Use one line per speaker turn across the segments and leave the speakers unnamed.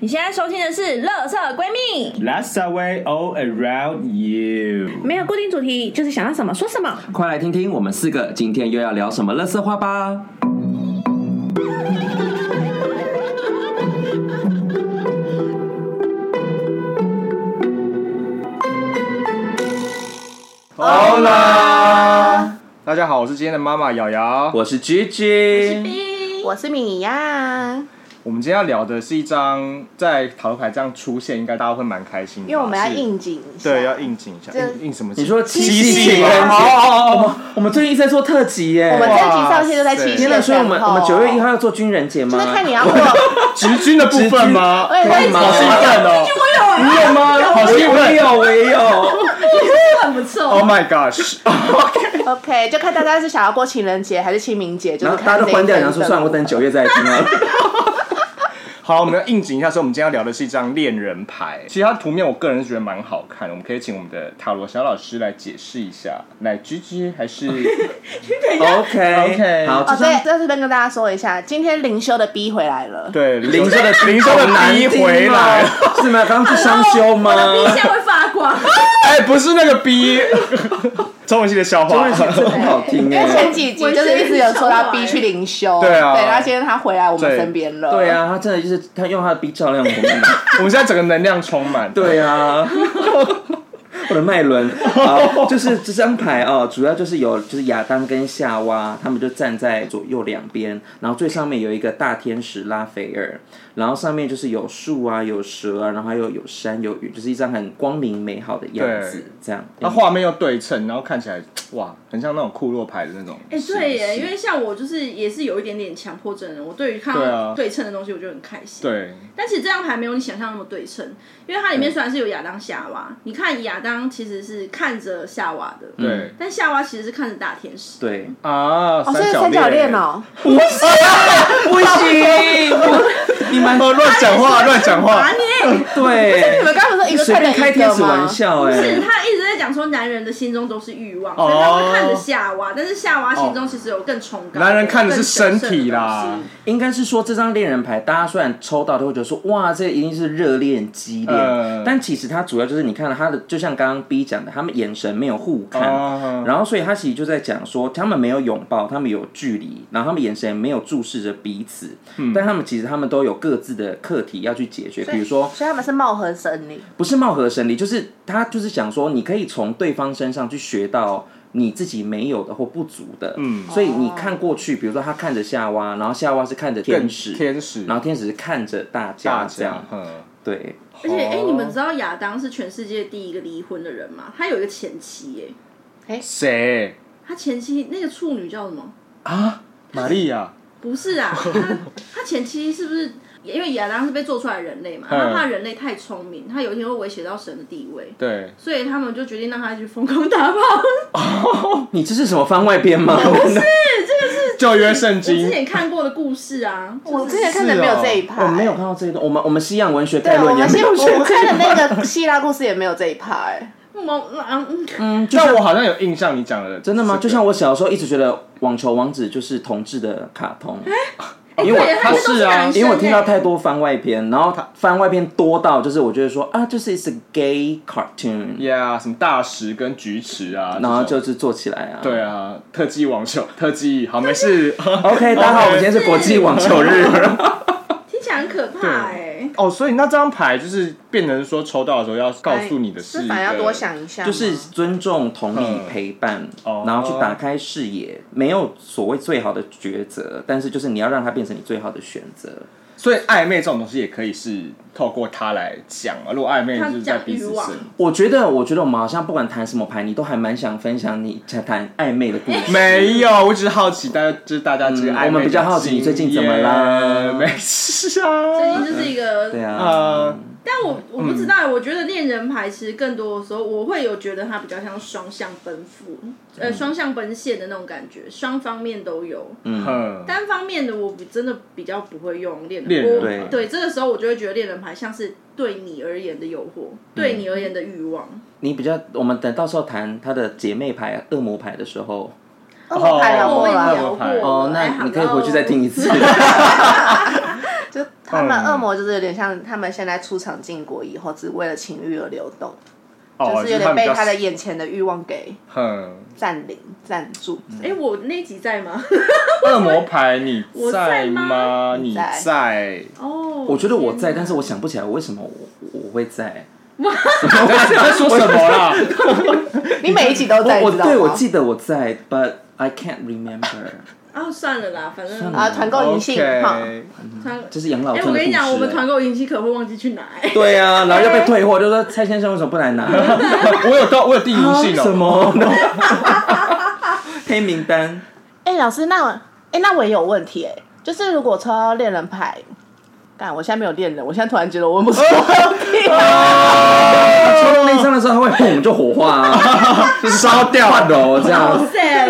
你现在收听的是《乐色闺蜜》，
Let's away all around you。
没有固定主题，就是想要什么说什么。
快来听听我们四个今天又要聊什么乐色话吧！
大家好，我是今天的妈妈瑶瑶。
我是 Gigi，
我是米娅，
我们今天要聊的是一张在塔罗牌这样出现，应该大家会蛮开心的吧，
因为我们要
是
应景一下，
对要应景一下，
这
应应什么景？
你说七夕
夕
情人节，
吗
哦哦，我们最近一直在做特辑耶。
我们这一集上线就在
哇塞
七夕
天
的
呐，
时
所
候，
以我们我们九月一号要做军人节吗？
就是看你 要过，
哦
我
直军的部分吗？
也
可以吗
好兴奋哦！
啊
你有吗？好兴奋！我有，我也有。
很不错，
Oh my gosh！
OK，就看大家是想要过情人节还是清明节，就
然
是
后大家
看
都关掉，然后说
这一
算了，我等九月再来听啊。
好，我们要应景一下，所以我们今天要聊的是一张恋人牌。其实它图面我个人是觉得蛮好看的，我们可以请我们的塔罗小老师来解释一下。来，Gigi 还是
哦 OK
OK
好，
哦，
这
对，
张
在这边跟大家说一下，今天灵修的 B 回来 了，
对
零售的
零售的
难
逼
听
回来了？
哦是吗？刚刚去商修吗？
下会发光。
哎，不是那个逼，中文系的笑
中
话
文。写字很好听
因为前
哎。
几集就是一直有说他 B 去灵修，
对啊
对，然后今天他回来我们身边了，
对，啊，他真的就是他用他的逼照亮我们。
我们现在整个能量充满。
对啊， 我的脉 轮，好，就是这张牌哦，主要就是有就是亚当跟夏娃，他们就站在左右两边，然后最上面有一个大天使拉斐尔，然后上面就是有树啊，有蛇啊，然后还有有山有雨，就是一张很光明美好的样
对
子，这样。
那画面又对称，然后看起来哇，很像那种库洛牌的那种。
哎、对
啊
耶，因为像我就是也是有一点点强迫症的人，我对于看
对啊
到对称的东西我就很开心。
对，
但其实这张牌没有你想象那么对称，因为它里面虽然是有亚当夏娃，你看亚当其实是看着夏娃的，
对
嗯
但夏娃其实是看着大天使。
对，
啊，
哦，所
三
以三角
恋
恋，哦，
不 行，你们
呃乱讲话，乱讲话
啊，。你
对
你，们刚刚不是一个
随
看
便
了
开
一
天
个
使玩
吗？
笑哎、
是他一直在讲说男人的心中都是欲
哦
望，所以他会看着夏娃，但是夏娃心中其实有更崇
哦
高。
男人看的是
更神
身
圣
体
的
啦
东西，
应该是说这张恋人牌，大家虽然抽到都会觉得说哇，这一定是热恋激烈，
呃
嗯
但其实它主要就是你看他的，就像刚刚 B 讲的，他们眼神没有互看，
啊
哦
然后所以他其实就在讲说他们没有拥抱，他们有距离，然后他们眼神没有注视着彼此，但他们其实他们都有各自的课题要去解决，比如说
嗯所以他们是貌合神离，
不是貌合神离，就是他就是想说，你可以从对方身上去学到你自己没有的或不足的。嗯，所以你看过去，比如说他看着夏娃，然后夏娃是看着天使，
天使，
然后天使是看着大
大
家这
家
样。，
嗯，
对，
而
哦
且，哎、你们知道亚当是全世界第一个离婚的人吗？他有一个前妻、哎，
谁
他前妻那个处女叫什么？
啊？玛利亚，
不是啊，他他前妻是不是因为亚当是被做出来的人类嘛？
嗯
他怕人类太聪明，他有一天会威胁到神的地位，
对，
所以他们就决定让他去疯狂打炮。
哦你这是什么番外篇吗？
旧约圣
我之
经，
前看过的故事啊，就是
我之前看的没有这一趴，
啊哦我没有看到这一段，我们我们西洋文学概
对，啊我
论也
们
没
先
有学这
我看
一
的
段。
那个希腊故事也没有这一趴哎，
毛嗯，
嗯，就
但
像
我好像有印象，你讲的
真的吗？就
这个
像我小时候一直觉得网球王子就是同志的卡通，因为
对
我
他们都
是啊
男生
因为我听到
欸
太多番外篇，然后他番外篇多到就是我觉得说啊，就是 it's a gay cartoon，
，Yeah，什么大石跟菊池啊，
然后
这种
就是做起来啊。
对啊，特技网球，特技，好没事。
，OK，大家好，我
OK
们今天是国际网球 日。
听起来很可怕哎、
哦，所以那张牌就是变成说抽到的时候要告诉你的是一
哎是
个，
反正要多想一下吗，
就是尊重、同理
嗯、
陪伴
哦，
然后去打开视野，没有所谓最好的抉择，但是就是你要让它变成你最好的选择。
所以暧昧这种东西也可以是透过他来讲嘛。如果暧昧
他
就是在
讲
彼此
欲望
身，
我觉得，我觉得我们好像不管谈什么牌，你都还蛮想分享你在谈暧昧的故事。
没有，我只是好奇大家就是大家这个
嗯
暧昧的经验、
我们比较好奇你最近怎么啦
没事啊，
最近就是一个，
对啊，
啊，
但我我不知道，我觉得恋人牌其实更多的时候，我会有觉得它比较像双向奔赴，呃，双向奔现的那种感觉，双方面都有。
嗯，
单方面的我比真的比较不会用恋
恋
人，
人
我
牌
对这个时候我就会觉得恋人牌像是对你而言的诱惑，对你而言的欲望。
你比较，我们等到时候谈他的姐妹牌、恶魔牌的时候，
哦我还聊
我
过
们
啦
哦
聊过了，
哦，
哎
那你可以回去再。听一次。
就他们
嗯
恶魔就是有点像他们现在出场禁果以后，只为了情欲而流动，
哦，
就是有
他
点
们比
被
较嗯
他的眼前的欲望给
哼
占领、占住。
嗯
哎，我那集在吗？
恶魔牌，你
我
在
在
吗？
吗
你
在
在？
哦，
我觉得我在，
天哪
但是我想不起来我为什么我我会在。
你 在说什么啦？
你每一集都在，
我我
知道吗？
对我记得我在，but I can't remember。
啊，算了啦，反正
算了
啊，团购银杏哈，
OK，
团
这是养老
哎，
村
我
的
跟你讲，
故事
我们团购银杏可会忘记去拿。哎
对啊， 然后要被退货，就说蔡先生为什么不来拿？
我有到，我有递银信
啊什
哦。
么？黑名单？
哎、老师，那我哎、那我也有问题哎、就是如果抽到恋人牌，干，我现在没有恋人，我现在突然觉得我问不出问题了。
哦
抽到内伤的时候，他会轰就火化 啊，烧掉啊， 哦，这
好
样。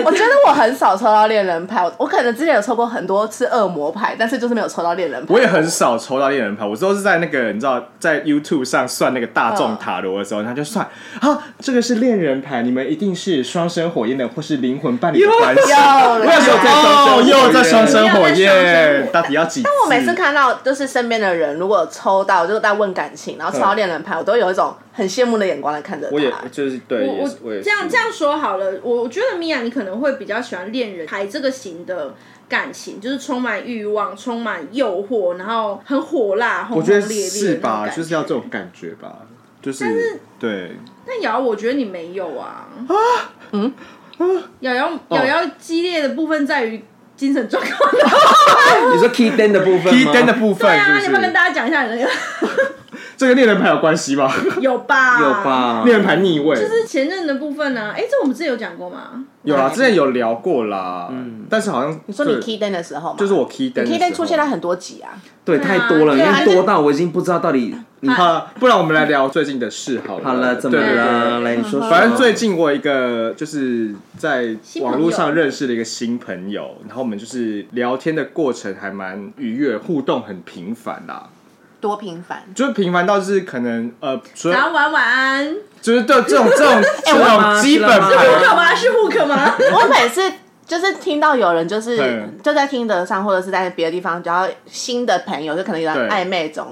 我觉
sad，
得我很少抽到恋人牌，我我可能之前有抽过很多次恶魔牌，但是就是没有抽到恋人牌。
我也很少抽到恋人牌，我都是在那个你知道，在 YouTube 上算那个大众
嗯
塔罗的时候，他就算啊，这个是恋人牌，你们一定是双生火焰的，或是灵魂伴侣的关系。
有
我想说
又在双生
哦
火焰
又在双生火
又在双生
焰
火，
到底要几次？
我每次看到就是身边的人如果抽到就是在问感情，然后抽到恋人牌，我都有一种很羡慕的眼光来看着
嗯我也
他。
就是对，
我
也是我也
这样
是
这样说好了，我我觉得米娅你可能会比较喜欢恋人牌这个型的感情，就是充满欲望、充满诱惑，然后很火辣、轰
我
轰烈
觉得
烈的
是
那种
吧，
感
就是
觉
要这种感觉吧，就是对。
但瑶，我觉得你没有啊。啊，
啊
嗯，瑶瑶
哦
瑶瑶激烈的部分在于精神 状况。
你说 key den 的部分
P
吗
d 的部
对
分
啊，你
是不
要不要跟
是？
大家讲一下你的？
这个恋人牌有关系吗？
有吧？
有？吧？
恋人牌逆位
就是前任的部分呢、哎、这我们之前有讲过吗？
有啦，之前有聊过啦，
嗯
但是好像
你说你
对
key den 的时候吗？
就是我 key 灯
key den 出现在很多集啊，
对，
对啊
太多了，因
对啊
为多到我已经不知道到底。你
啊，不然我们来聊最近的事好了。
好了，怎么
对
了？
对对
来，你说说。
反正最近我有一个就是在网络上认识的一个新朋友，然后我们就是聊天的过程还蛮愉悦，互动很频繁啦，
多频繁。
就是频繁到就是可能呃，除了
早安晚安晚安，是
就是对这种这 种
哎
这
我妈
种基本
是
盘
吗
hook 吗？是 hook 吗？
我每次就是听到有人就是
嗯
就在听得上，或者是在别的地方，只要新的朋友，就可能有
对
点暧昧中，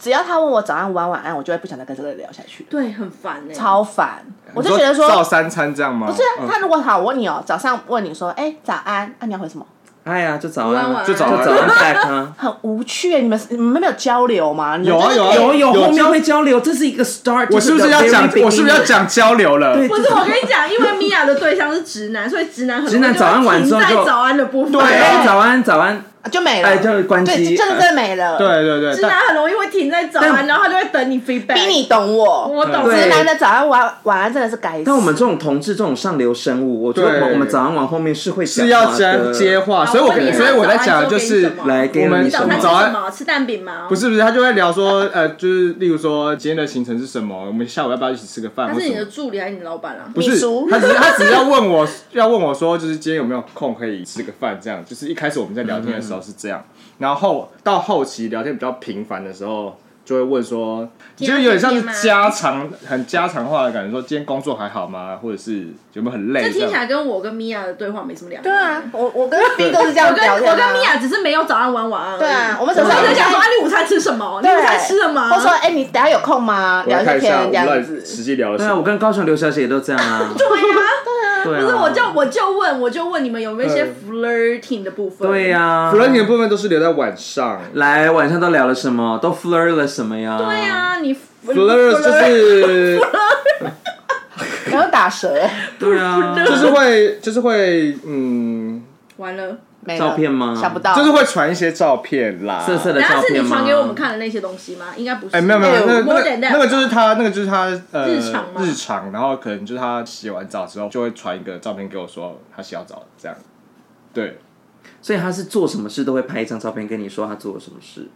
只要他问我早安、午安、晚安，我就会不想再跟这个人聊下去，
对，很烦哎、
超烦。我
你
就觉得说，
照三餐这样吗？嗯
不是啊他如果好，我问你哦，早上问你说，哎、早安，啊，你要回什么？
哎呀，就早
晚
安，
安
就
就早
早
安
安啊带他。
很无趣耶，你们你们没有交流吗？你们
有啊
就 是
有啊
可以
有有，
有
后面
交
会交流，这是一个 start。
我是不是要讲？我是不是要？讲交流了？
对
不是我跟你讲，因为米娅的对象是直男，所以直男很
直男早安晚之后
在
就
早安的部分，
对，哎
啊
早安，早安。
就没了，
哎就是关机
对，这个真的没了，，
对对对，
直
但
男很容易会停在早
但
安，然后他就会等你 feedback。
逼你懂我。
我懂，
对
直男的早安、晚安晚安真的是该死。
但我们这种同志、这种上流生物，我觉得我们
对
我们早安往后面是会
是
是
要接接话，
好
所以我
问你
所以
他
我在
早安
讲的
之后
就
给你
是
什么
来给
我们
你什
早
么
餐吃
早安
什么？吃蛋饼吗？
不，是不是，他就会聊说，呃，就是例如说今天的行程是什么，我们下午要不要一起吃个饭？
他
或
是
什
你
么
的助理还是你的老板啊？
不
秘
是
书，
他只是他只是要问我，要问我说，就是今天有没有空可以吃个饭？这样，就是一开始我们在聊天的时候是这
嗯
样，然后到后期聊天比较频繁的时候，就会问说，
今
就
天
有点像是
有时间
家常很家常化的感觉，说今天工作还好吗？或者是有没有很累？
这听
样
起来跟我跟米娅的对话没什么两样。
对啊，我我跟 B 都是这样
我跟
聊天、啊。
我跟米娅只是没有早安晚晚安而已。
对啊，我们
我
手上
们
就
在
讲
讲
说
说，啊，你午餐吃什么？你
对，
午餐吃了吗？
或说，哎、你等下有空吗？
我
聊
来看一
天
下，我
这
们
样
来
子。
实际聊了
对
什
啊，我
么。
跟高雄刘小姐也都这样啊。
对
对
呀，
啊，
不是我就我就问，我就问你们有没有一些
嗯
flirting 的部分？
对呀。
弗兰尼的部分都是留在晚上
来晚上都聊了什么？都 flirt 了什么呀？
对呀，你
，flirt 就是
然后打蛇，
对啊，
就是会就是会嗯，
完了。
没了
照片吗
想不
啊
到，
就是会传一些照片啦，
色色的
等下
照
是
片
你
吗？
传给我们看的那些东西吗？应该不是。
哎、没有没有，那个那
more
个
than that
那个就是他，那个就是他呃
日常吗
日常，然后可能就是他洗完澡之后就会传一个照片给我说他洗好澡了这样，对，
所以他是做什么事都会拍一张照片跟你说他做了什么事。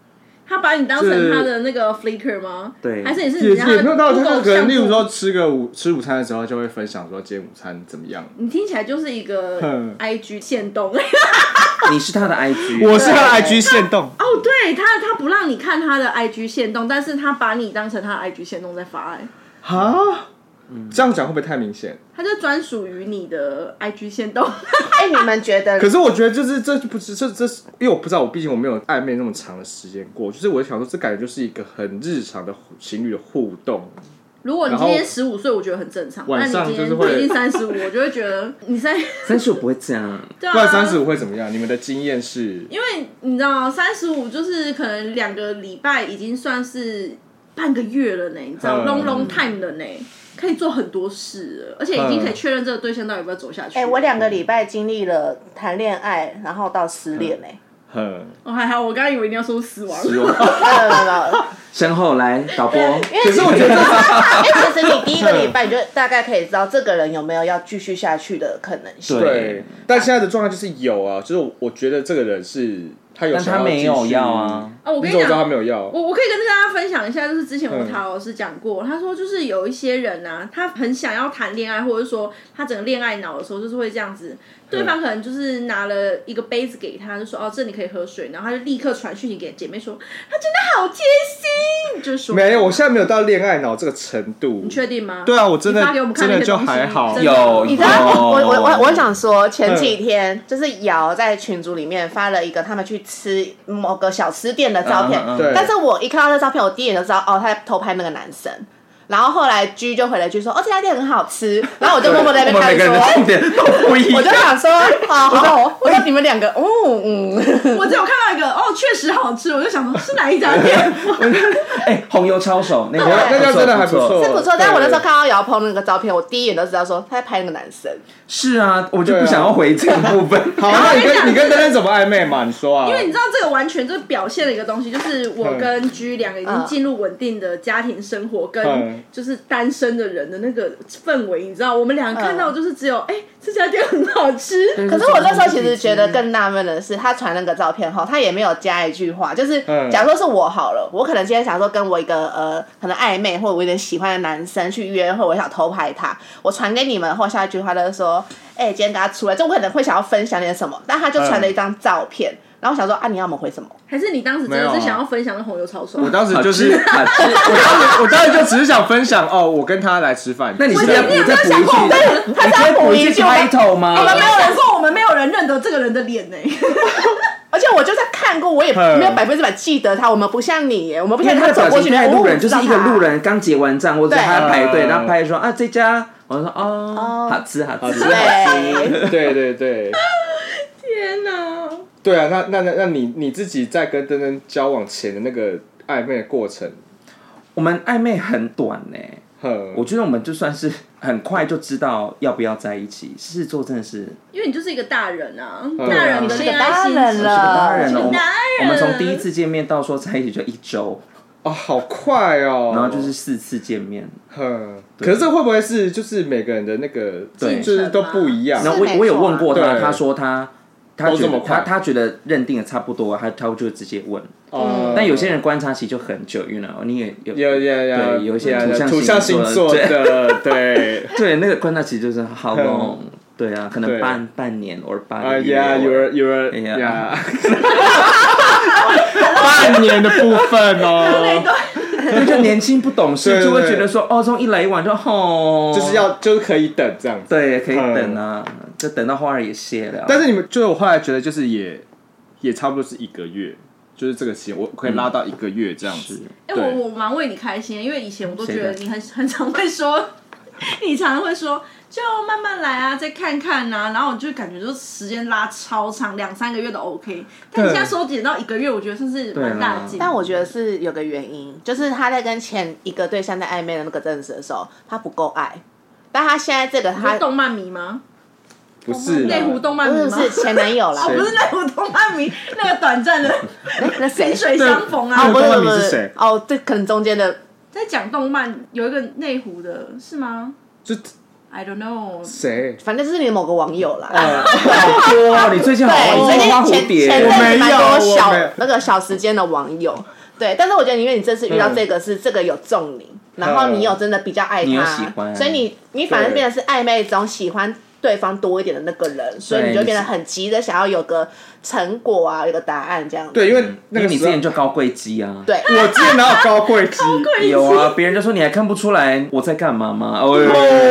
他把你当成他的那个 flicker 吗？
对
还是你是
也
你家的
也没有到
嗯
就是
Google
可能
相簿
例如说吃个午吃午餐的时候就会分享说今天午餐怎么样，
你听起来就是一个
哼
IG 限动。
你是他的 IG，
我是他的 IG 线动，
哦，对他，他不让你欸看他的 IG 限动，但是他把你当成他的 IG 限动在发、哎，
哈，这样讲会不会太明显？
它就专属于你的 IG 线动。
哎，你们觉 得？
可是我觉得就是这不是这这，是因为我不知道，我毕竟我没有暧昧那么长的时间过，就是我想说，这感觉就是一个很日常的情侣的互动。
如果你
然后
今天十五岁，我觉得很正常。
晚上
那你今
就是
天
会
你已经三十五，我就会觉得你在
三十五不会这样，
对
不然
啊，
三十五会怎么样？你们的经验是？嗯
因为你知道，三十五就是可能两个礼拜已经算是半个月了呢，你知道
嗯
，long long time 了呢，可以做很多事了，而且已
嗯
经可以确认这个对象到底要不要走下去。
哎，我两个礼拜经历了谈恋爱，然后到失
嗯
恋哎。
哼，
哦还好，我刚刚以为你要说死亡，
只有
没有没有没有，
身后来导播，
可是 我觉得
因为哎其实你第一个礼拜你就大概可以知道这个人有没有要继续下去的可能性。
对
对，但现在的状态就是有啊，就是我我觉得这个人是他有
但
想
他
要继续，
没有要啊。
啊， 我
你
跟
怎
你
么知道他
讲，
没有要？
我我可以跟大家分享一下，就是之前我
嗯
陶老师讲过，他说就是有一些人啊，他很想要谈恋爱，或者说他整个恋爱脑的时候，就是会这样子，对
嗯
方可能就是拿了一个杯子给他，就说哦这你可以喝水，然后他就立刻传讯息给姐妹说他真的好贴心，就说
没有，我现在没有到恋爱脑这个程度。
你确定吗？
对啊，我真的
你发给我们看
真
那
的
些
就
东西
还好
真。的
有
你知道
有
我我我我想说，
嗯
前几天就是瑶在群组里面发了一个他们去吃某个小吃店的照片
嗯嗯嗯，
对
但是我一看到这照片，我第一眼就知道哦，他在偷拍那个男生。然后后来 G 就回了一句说：“哦，这家店很好吃。”然后我就默默在那
我们每
边
个人的重
看说
点都不一：“
我
样
就。想说，啊，好，我说你们两个，哦，嗯，
我只有看到一个哦，确实好吃，我就想说是哪一家 店？
哎，红油抄手那个
那家真的还不错，
是不错。”但是我那时候
对
看到瑶碰那个照片，我第一眼就知道说他在拍那个男生。
是啊，我就
对
不
啊
想要回这个部分。
好，那你
我跟你讲
跟你跟丹丹怎么暧昧嘛？你说啊，
因为你知道这个完全就是表现了一个东西，就是我跟 G 两个已
嗯
经进入稳定的家庭生活，
嗯
跟就是单身的人的那个氛围，你知道，我们俩看
嗯
到就是只有哎、这家店很好吃，
可是我那时候其实觉得更纳闷的是，他传那个照片后，他也没有加一句话，就是
嗯
假如说是我好了，我可能今天想说跟我一个呃可能暧昧或者我有点喜欢的男生去约会，我想偷拍他，我传给你们后，下一句话就是说，哎、今天跟他出来，就我可能会想要分享点什么，但他就传了一张照片，然后我想说啊，你要我们回什么？
还是你当时真
没有
的
啊
是想要分享的红油抄手？
我当时就
好
是
吃好吃
我当 时我当时就只是想分享哦，我跟他来吃饭。
那你是不是要
你有
你再
没有
补
想
一
过我
句？
们？
他
你
这
再
样
补
补
一
一
句
句，我
title 吗？
我没有人说我们没有人认得这个人的脸呢、
而且我就在看过，我也
嗯
没有百分之百记得他，我们不像你耶，我们不像
因为他的
你他走
表
过
情
去，
太
哦
路人，就是一个
我知道他
路人刚结完账，或者
对
他排队，
嗯
然后拍说啊这家，我就说哦
哦
好吃好
好吃
吃。
对。
对对对
天哪！
对啊，那那那那你你自己在跟登登交往前的那个暧昧的过程，
我们暧昧很短呢，
哼，
我觉得我们就算是很快就知道要不要在一起。狮子座真的是
因为你就是一个大人啊，
嗯
大人的恋爱心
你是个大人
智
了
当然了，我
是
们
男人
哦我们从第一次见面到说在一起就一周，
哦，好快哦，
然后就是四次见面，
哼，可是这会不会是就是每个人的那个
对
就是都不一样
是
然？后我
没错啊
我有问过他，
对
他说他。他
都
觉
这
得
么快
他他觉得认定的差不多，他他就直接问。
哦
但有些人观察期就很久，因为你也有
有有有
对有一些
土
土
象
象
星
星
座
座
的， 对，
对，那个观察期就是好 long，对啊，可能
嗯对
半半年或者半
啊
个月。
呀，有人有
哎
人
呀
呀， 半年的部分 哦，
对， 就年轻不懂
对
事，
对
就会觉得说哦，从一来一往就吼，
就是要就是可以等这样子。
对，可以等啊，就等到花儿也谢了。
但是你们就是我后来觉得就是也也差不多是一个月，就是这个期我可以拉到一个月这样子。
哎、
对
我我蛮为你开心的，因为以前我都觉
谁
得
的
你很 很常会说，你常常会说就慢慢来啊，再看看啊，然后我就感觉就是时间拉超长，两三个月都 OK。但你
对啊
现在缩减到一个月，我觉得算是蛮大的进步。
但我觉得是有个原因，就是他在跟前一个对象在暧昧的那个阵子的时候，他不够爱，但他现在这个
你是
他
动漫迷吗？
不是啦
内湖动漫
不
迷
是
吗？
不是前男友啦，
哦，不是内湖动漫迷，那个 短暂的
哎那谁
萍？水相逢
哦，
啊
对！
不
动
是
漫
不
迷是
是
谁
哦，这可能中间的
在讲动漫，有一个内湖的是吗
就
？I don't know。
谁？
反正就是你的某个网友啦。
哦
好多哦，你最近好
对，
你
最
最近花
近
蝴
前
蝶，
前阵子蛮
我没
多
有
小
我没有
那个小时间的网友，对，但是我觉得因为你这次遇到这个是这个有中你，然后你有真的比较爱
你有
他，
喜欢
所以你你反而变成是暧昧中喜欢对方多一点的那个人，所以你就会变得很急的想要有个成果啊，有个答案这样子。
对，因为
那
那个
嗯你之
时候
前就高贵鸡啊，
对，
我之前哪有高贵鸡？
有啊，别人就说你还看不出来我在干嘛吗？哦，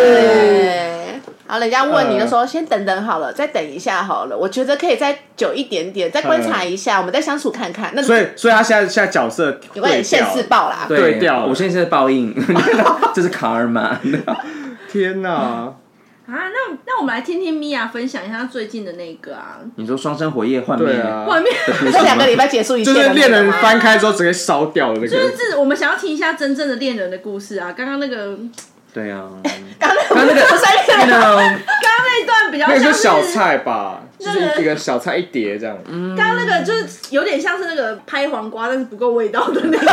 对，然后人家问你就说、先等等好了，再等一下好了，我觉得可以再久一点点，再观察一下，我们再相处看看。那
所以，所以他现在现在角色
有关
对
于现
调
世报啦，
对调了
我现在是报应， 这是卡尔玛。
天
嗯
哪！
啊，那那我们来听听米娅分享一下她最近的那个啊，
你说双生火焰幻灭
对啊，
外面
的故事
这
吗
两个礼拜结束一切
就
的那
是
个
恋人
吗
翻开之后直接烧掉的那
就是
个。
这，我们想要听一下真正的恋人的故事啊。刚刚那个，刚
对 啊，
刚刚
那
那
个
个不是
那
恋人，
个
刚那一段比较
那
像
个就是小，菜吧，就
那
是
个
一个小菜一碟这样。
嗯
刚刚那个就是有点像是那个拍黄瓜，但是不够味道的那个，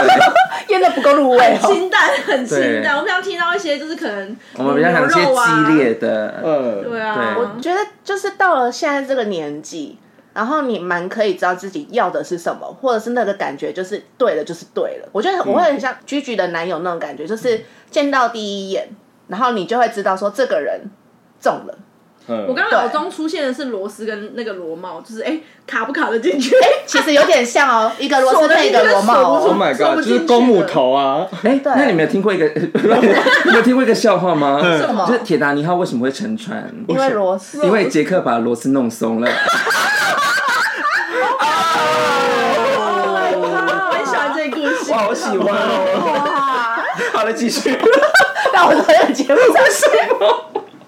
腌的不够入味哦。
清淡，很清
对
淡。我们想听到一些就是可能
我们比较想一些
牛肉啊
激烈的，
呃，
对啊，
对
我觉得就是到了现在这个年纪，然后你蛮可以知道自己要的是什么，或者是那个感觉就是对了，就是对了。我觉得我会很像居居的男友那种感觉，就是见到第一眼，然后你就会知道说这个人中了。
嗯
我刚刚脑中出现的是螺丝跟那个螺帽，就是哎、卡不卡得进去？
其实有点像哦，一个螺 丝配一个螺帽、
锁
Oh
不住
哦。
my
说不
god，
进
就
去
是公母头啊！
哎，
对
那你没有听过一个， 你没有听过一个笑话吗？
什
么
就是铁达尼号为什么会沉船？
因为螺丝，
因为杰克把螺丝弄松了。
我很喜欢这个故事。
哇，好喜欢哦！
哇，
好了，继续。
让我都有节目上是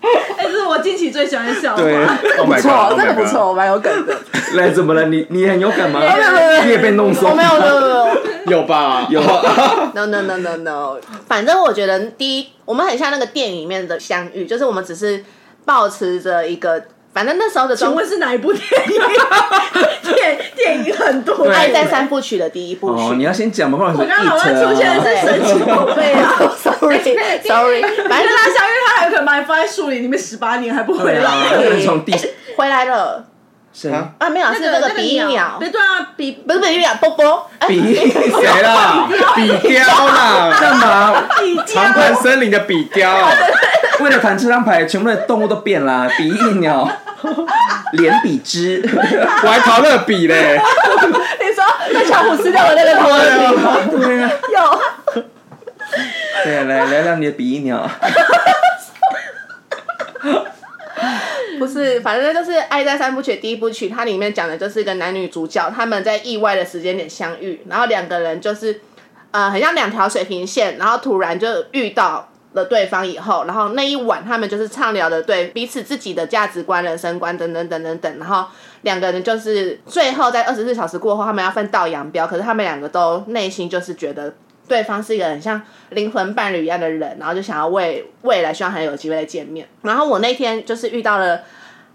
哎、这是我近期最喜欢的笑话。
对，
，Oh
不
my
错，
god，
这个不 错，蛮有梗的。
来，怎么了？你你很有感吗？你也被弄
我
松
哦没？有，没有，没有。
有吧？哦
有，
no no no no no，反正我觉得第一，我们很像那个电影里面的相遇，就是我们只是保持着一个，反正那时候的
请
中
问是哪一部电影？电电影很多。
《爱
哎
在三部曲》的第一部曲。
哦，你要先讲嘛，不然
我刚刚脑袋
啊
出现的是神奇宝贝啊！
Sorry，Sorry，
反
反
正
正
他相遇，他还有可能把你放在树林里面十八年还不回
对啊，
来。
那个人从第
回来了
谁？
啊
啊，没有，是那个比翼鸟，
对对啊， 比
不是比翼鸟，波波， 哎
比
谁 啦？比雕啦，
干嘛？
比较
长盘森林的比雕，
为了弹这张牌，全部的动物都变啦，比翼 鸟、连比之，
我还考乐比嘞。
你说在巧虎吃掉的那个头
对啊，
对啊，
有，
对，来聊聊你的比翼 鸟，
不是，反正就是《爱在三部曲》第一部曲，它里面讲的就是一个男女主角他们在意外的时间点相遇，然后两个人就是呃，很像两条水平线，然后突然就遇到了对方以后，然后那一晚他们就是畅聊的对彼此自己的价值观、人生观等等等等等，然后两个人就是最后在二十四小时过后，他们要分道扬镳，可是他们两个都内心就是觉得。对方是一个很像灵魂伴侣一样的人，然后就想要为未来希望还有机会再见面。然后我那天就是遇到了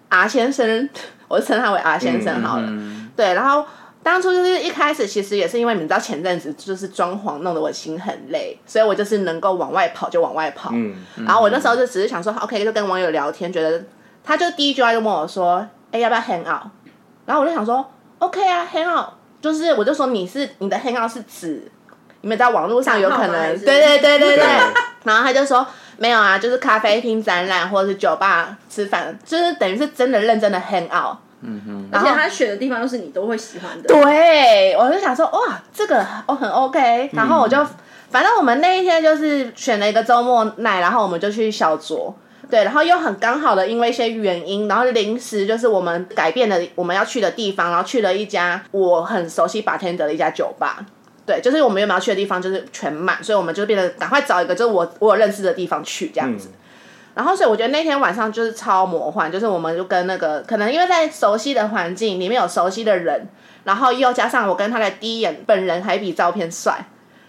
阿先生， 我就称他为阿先生好了。对，然后当初就是一开始，其实也是因为你们知道前阵子就是装潢弄得我心很累，所以我就是能够往外跑就往外跑。
嗯，
然后我那时候就只是想说，OK，就跟网友聊天，觉得他就第一句话就问我说，哎、要不要 hang out？然后我就想说，OK 啊，hang out，就是我就说你是你的 hang out 是指你们在网络上有可
打炮吗还
能，
是
对对对对对
对。
然后他就说没有啊，就是咖啡厅展览或者是酒吧吃饭，就是等于是真的认真的 hang out。嗯哼，然
而
后
且他选的地方又是你都会喜欢的。
对，啊我就想说，哇，这个我很 OK。然后我就，反正我们那一天就是选了一个周末奈，然后我们就去小酌。对，然后又很刚好的，因为一些原因，然后临时就是我们改变了我们要去的地方，然后去了一家我很熟悉 bartender 的一家酒吧。对，就是我们原本要去的地方就是全满，所以我们就变得赶快找一个就是我我有认识的地方去这样
嗯
子。然后，所以我觉得那天晚上就是超魔幻，就是我们就跟那个可能因为在熟悉的环境里面有熟悉的人，然后又加上我跟他的第一眼本人还比照片帅，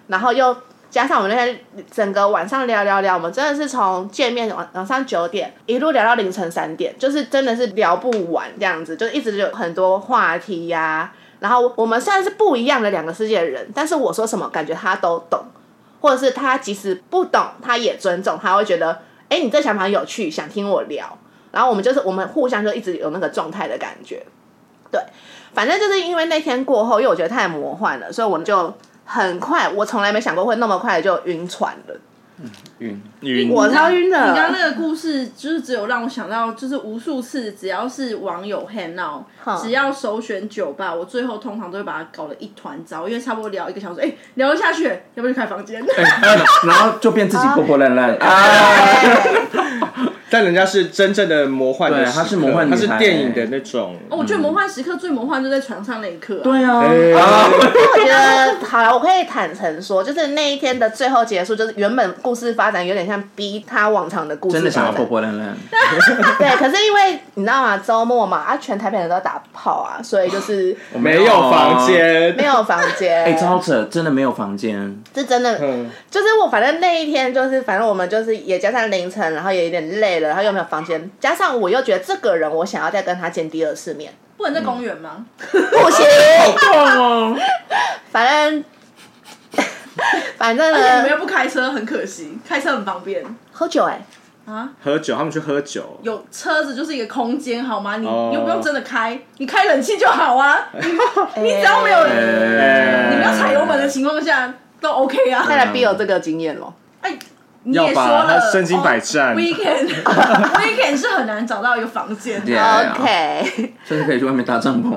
然后又加上我们那天整个晚上聊聊聊，我们真的是从见面晚晚上九点一路聊到凌晨三点，就是真的是聊不完这样子，就一直有很多话题呀、然后我们虽然是不一样的两个世界的人，但是我说什么感觉他都懂，或者是他即使不懂，他也尊重，他会觉得，哎，你这想法有趣，想听我聊。然后我们就是我们互相就一直有那个状态的感觉，对，反正就是因为那天过后，因为我觉得太魔幻了，所以我们就很快，我从来没想过会那么快就晕船了。
晕，
晕
我超晕的。
你刚刚那个故事，就是只有让我想到，就是无数次，只要是网友 hang out，只要首选酒吧，我最后通常都会把它搞得一团糟，因为差不多聊一个小时，哎、聊得下去，要不要去开房间？
然后就变自己破破烂烂啊！
哎
但人家是真正的魔幻的
对
时刻，
她是魔幻女
她
孩
是电影的那种。
哦 我觉得魔幻时刻最魔幻就在床上那一刻、啊。
对啊，
哎
啊
我觉得好了，我可以坦诚说，就是那一天的最后结束，就是原本故事发展有点像逼他往常的故事
真的想
发
要破
展。
破烂烂，
对，可是因为你知道吗？周末嘛，啊，全台北人都打炮啊，所以就是
没有啊房间，
没有房间。
哦 哎，超扯，真的没有房间，
这真的，
嗯
就是我，反正那一天就是，反正我们就是也加上凌晨，然后也有点累了，然后又没有房间，加上我又觉得这个人，我想要再跟他见第二次 面，
不能在公园吗？
不行，
痛哦。
反 正反正
而且你们
呢，
又不开车，很可惜，开车很方便
喝酒哎、
啊。
喝酒，他们去喝酒。
有车子就是一个空间，好吗？你
哦
又不用真的开，你开冷气就好啊。
你
只要没
哎
有
哎
你不要踩油门的情况下都 OK 啊。
再来必有这个经验咯。
哎，你
要
也说
吧
了，
他身经百战
w e e k e n d weekend 是很难找到一个房间。
对
哎
啊
OK，
甚至可以去外面搭帐篷。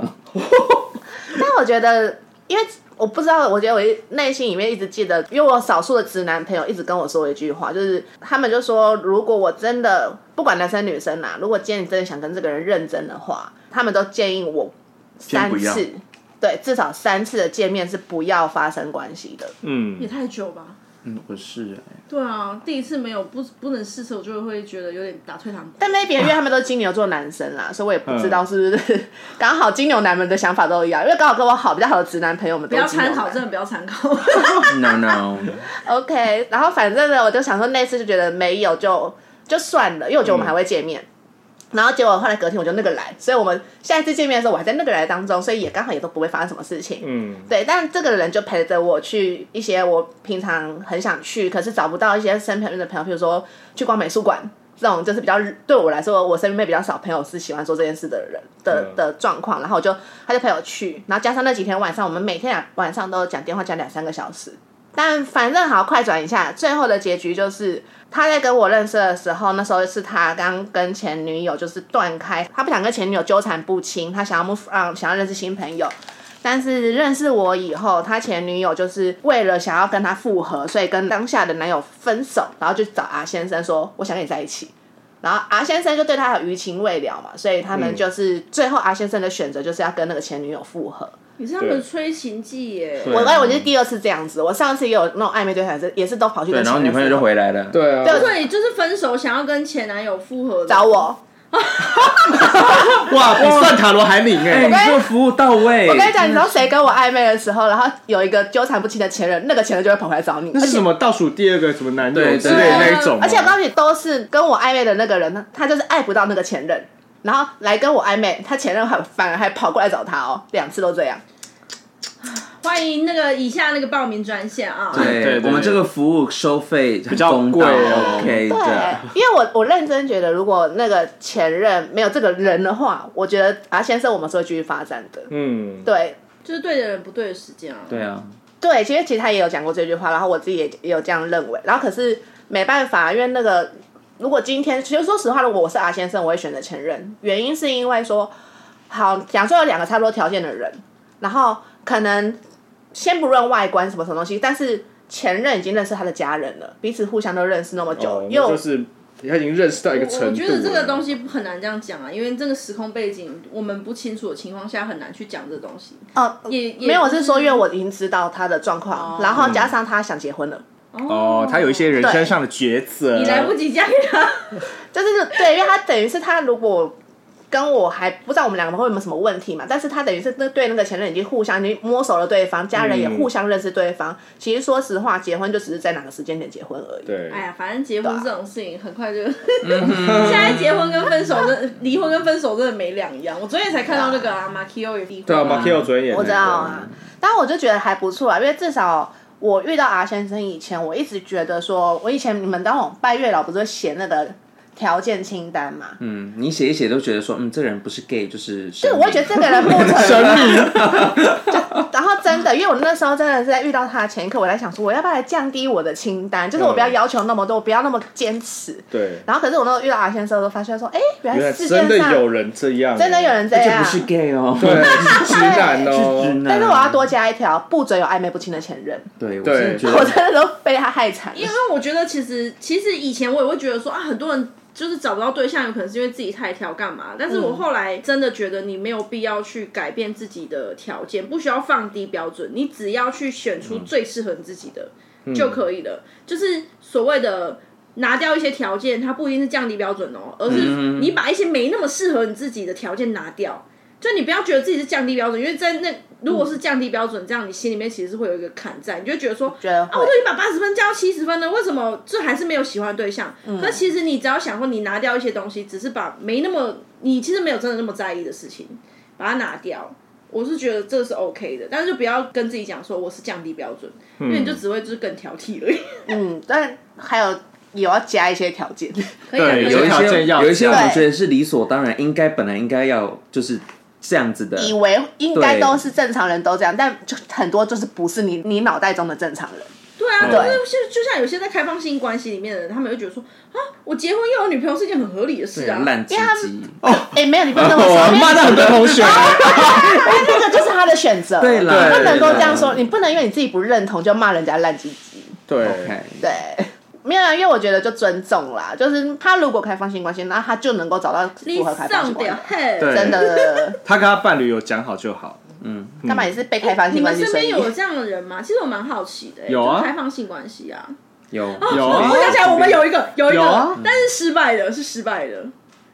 但我觉得，因为我不知道，我觉得我一内心里面一直记得，因为我少数的直男朋友一直跟我说一句话，就是他们就说，如果我真的不管男生女生啦、如果今天你真的想跟这个人认真的话，他们都建议我
先
三
不要
次，对，至少三次的见面是不要发生关系的。
也
嗯，
太久吧？
嗯，不是哎，
对啊，第一次没有不不能试车，我就会觉得有点打退堂鼓。
但那 边因为他们都是金牛座男生啦，所以我也不知道是不是 刚好金牛男们的想法都一样，因为刚好跟我好比较好的直男朋友们
不
都是
要
金牛
参
男
考，真的不要参考。
，no no，
OK，然后反正呢，我就想说那次就觉得没有就就算了，因为我觉得我们还会见面。然后结果后来隔天我就那个来，所以我们下一次见面的时候我还在那个来当中，所以也刚好也都不会发生什么事情。
嗯，
对，但这个人就陪着我去一些我平常很想去，可是找不到一些身边的朋友，譬如说去逛美术馆这种，就是比较对我来说，我身边比较少朋友是喜欢做这件事的人的
嗯
的状况。然后我就他就陪我去，然后加上那几天晚上，我们每天晚上都讲电话讲两三个小时。但反正好，快转一下，最后的结局就是他在跟我认识的时候，那时候是他刚跟前女友就是断开，他不想跟前女友纠缠不清，他想要 move on，想要认识新朋友。但是认识我以后，他前女友就是为了想要跟他复合，所以跟当下的男友分手，然后就找阿先生说我想跟你在一起。然后阿先生就对他有余情未了嘛，所以他
嗯
们就是、最后阿先生的选择就是要跟那个前女友复合。
你是他们的催情剂耶，
对
我哎，我就是第二次这样子，我上次也有那种暧昧对象，也是都跑去
对，
跟
然后
前
女朋友就
复合
回来了，
对啊，
对，就是分手想要跟前男友复合的
找我。
哇，比算塔罗还灵
哎，
哎
你。这个服务到位，
我跟你讲，你知道谁跟我暧昧的时候，然后有一个纠缠不清的前任，那个前任就会跑回来找你，
那
而
是什
且
么啊倒数第二个什么男友
对
之类的那一种吗？
而且我告诉你，都是跟我暧昧的那个人，他他就是爱不到那个前任，然后来跟我暧昧，他前任还反而还跑过来找他哦，两次都这样。
欢迎那个以下那个报名专线啊。
对对
对，
对
我们这个服务收费比
较贵哦
，OK
对
的。，
因为我我认真觉得，如果那个前任没有这个人的话，我觉得阿先生我们是会继续发展的。
嗯，
对，
就是对的人不对的时间啊。
对啊，
对，其实其实他也有讲过这句话，然后我自己也也有这样认为，然后可是没办法，因为那个如果今天，其实说实话，如果我是阿先生，我会选择前任，原因是因为说，好，假设有两个差不多条件的人，然后可能先不论外观什么什么东西，但是前任已经认识他的家人了，彼此互相都认识那么久，
哦，那
又
就是他已经认识到一个程度哎了。
我我觉得这个东西很难这样讲啊，因为这个时空背景我们不清楚的情况下，很难去讲这东西。
哦、
也也
没有，我是说，因为我已经知道他的状况，然后加上他想结婚了。
哦，他有一些人生上的抉择，
你来不及嫁给他，
就是对，因为他等于是他如果跟我还不知道我们两个会有没有什么问题嘛，但是他等于是那对那个前任已经互相已经摸熟了对方，家人也
嗯
互相认识对方。其实说实话，结婚就只是在哪个时间点结婚而已。
对
哎，呀，反正结婚这种事情很快就，
嗯
现在结婚跟分手真离婚跟分手真的没两样。我昨天才看到那个啊，马 Q 也离婚，
对啊，
嗯
马奎尔主演演那个
我知道啊，但我就觉得还不错啊，因为至少我遇到阿先生以前，我一直觉得说，我以前你们当我拜月老不是会写那个条件清单嘛。
嗯，你写一写都觉得说，嗯，这个人不是 gay 就是
对，
对
我会觉得这个人不承
神
认。
秘，
然后真的，因为我那时候真的是在遇到他的前一刻，我在想说，我要不要来降低我的清单，就是我
嗯
不要要求那么多，我不要那么坚持。
对，
然后可是我那时候遇到阿先生的时候，发现说，哎，原
原来
来世
真的
界上
有人这样，
真的有人这
这
样
不。是 gay 啊哦，
对，是直男
是直
哦，
男。
但是我要多加一条，不准有暧昧不清的前任。
对，我
对
真的觉
我
得
真的都被他害惨了
因。为我觉得其实其实以前我也会觉得说啊，很多人就是找不到对象，有可能是因为自己太挑干嘛。但是我后来真的觉得你没有必要去改变自己的条件，不需要放低标准，你只要去选出最适合你自己的、就可以了。就是所谓的。拿掉一些条件，它不一定是降低标准哦，而是
嗯
你把一些没那么适合你自己的条件拿掉。就你不要觉得自己是降低标准，因为在那如果是降低标准，这样你心里面其实是会有一个坎在，你就会觉得
嗯
说，
觉得
啊，我
会
都已经把八十分加到七十分了，为什么这还是没有喜欢的对象？那、其实你只要想过，你拿掉一些东西，只是把没那么你其实没有真的那么在意的事情，把它拿掉。我是觉得这是 OK 的，但是就不要跟自己讲说我是降低标准，因为你就只会就是更挑剔而已。
嗯，但还有也要加一些条件。
可以啊
对
可以啊
有
有一
条
些
件要
有一些我们
对
觉得是理所当然，应该本来应该要就是这样子的。
以为应该
对
都是正常人都这样，但就很多就是不是你你脑袋中的正常人。
对啊，
对
就是就就像有些在开放性关系里面的人，他们会觉得说啊，我结婚又有女朋友是一件很合理的事
对啊
啊。
烂鸡
因为他
鸡，
哎、没有，你不能这么说，
我
因
哦骂
为
到很多同学，
哦
那个就是他的选择。
对啦
你不能够
对啦
这样说，你不能因为你自己不认同就骂人家烂鸡鸡。
对
OK，
对， 没有，啊因为我觉得就尊重啦，就是他如果开放性关系，那他就能够找到
你
符合开放性
上
关系
掉。嘿，
对
真的，
他跟他伴侣有讲好就好，嗯
嗯
干嘛也是被开放
你
性关
们
系
身
所
边
以
有这样的人吗？其实我蛮好奇的、欸，
有啊
就是开放性关系啊。
有
有啊
我想起来，我们有一个有一
有啊
个，但是失败的，是失败的。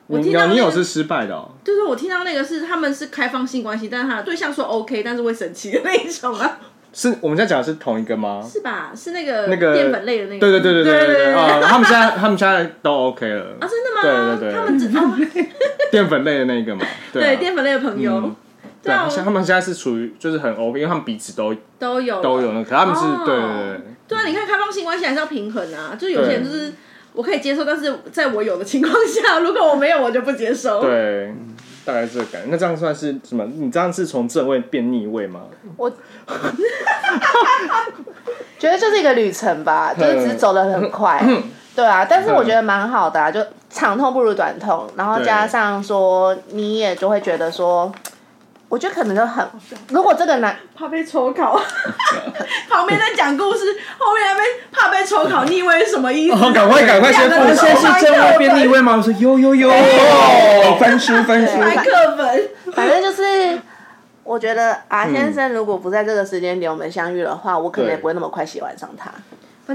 我
你
听到
有你
那
有
个，
是失败的哦，
就是我听到那个是他们是开放性关系，但是他的对象说 OK，但是会生气的那一种啊，
是我们在讲的是同一个吗？
是吧？是那个
那个
淀粉类的那个，
对对对
对
对
对
对，啊，他们现在他们现在都 OK 了
啊，真的吗？
对对对，
他们 只 哦
淀粉类的那个嘛，
对
对啊
淀粉类的朋友
嗯对啊，
对啊
像他们现在是处于就是很 OK，因为他们彼此都
都有
都有那个，可他们是
啊哦
对对对，
对啊，你看开放性关系还是要平衡啊，就有些人
对
就是我可以接受，但是在我有的情况下，如果我没有，我就不接受。
对，大概是这个感觉。那这样算是什么？你这样是从正位变逆位吗？
觉得就是一个旅程吧，就是只是走的很快，对啊。但是我觉得蛮好的啊，就长痛不如短痛，然后
对
加上说你也就会觉得说，我觉得可能就很，如果这个男
怕被抽考， 旁边在讲故事，后面还被怕被抽考，你以为是什么意思？
哦， 赶快赶快先
两个
复习
人都。
现在是正位变逆位吗？我说有有有，翻书翻书，
买课本，
反正就是，我觉得阿先生如果不在这个时间点我们相遇的话，我可能也
对
不会那么快喜欢上他。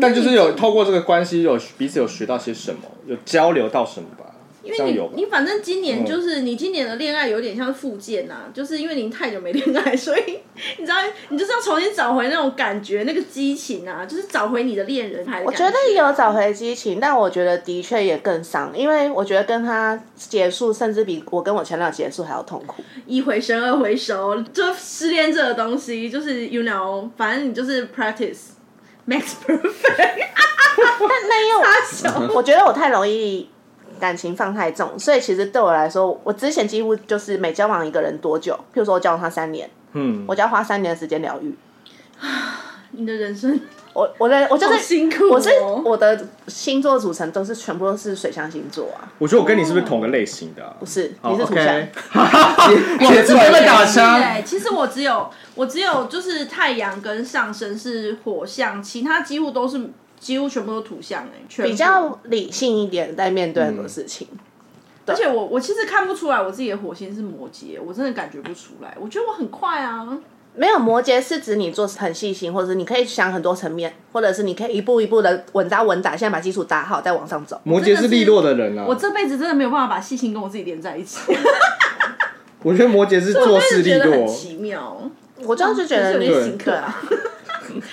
但就是有透过这个关系，有彼此有学到些什么，有交流到什么吧？
因
这
为
样
你
有吧嗯
你反正今年就是你今年的恋爱有点像是复健呐、就是因为你太久没恋爱，所以你知道你就是要重新找回那种感觉，那个激情啊，就是找回你的恋人牌的
我
感
觉得有找回激情，但我觉得的确也更伤，因为我觉得跟他结束，甚至比我跟我前男友结束还要痛苦。
一回生二回熟，就失恋这个东西，就是 you know，反正你就是 practice makes perfect，
但那因为我
他小
我觉得我太容易感情放太重，所以其实对我来说，我之前几乎就是每交往一个人多久，譬如说我交往他三年，
嗯，
我就要花三年的时间疗愈。
你的人生
我我的我就
好
是、
辛苦、哦，
我是我的星座组成都是全部都是水象星座啊，
我觉得我跟你是不是同个类型的啊？
不是
哦
你是土象。
OK 哇，直接被打枪。
对，其实我只有我只有就是太阳跟上升是火象，其他几乎都是几乎全部都土象哎、全部
比较理性一点在面对很多事情，
而且我我其实看不出来我自己的火星是摩羯，我真的感觉不出来。我觉得我很快啊，
没有摩羯是指你做事很细心，或者是你可以想很多层面，或者是你可以一步一步的稳扎稳打，现在把基础打好再往上走。
摩羯是利落的人啊，
我这辈子真的没有办法把细心跟我自己连在一起，
我觉得摩羯是做
我
事
真的
利
觉得很
落，
奇妙。
我就是觉得
有
你
点
对
辛苦啊，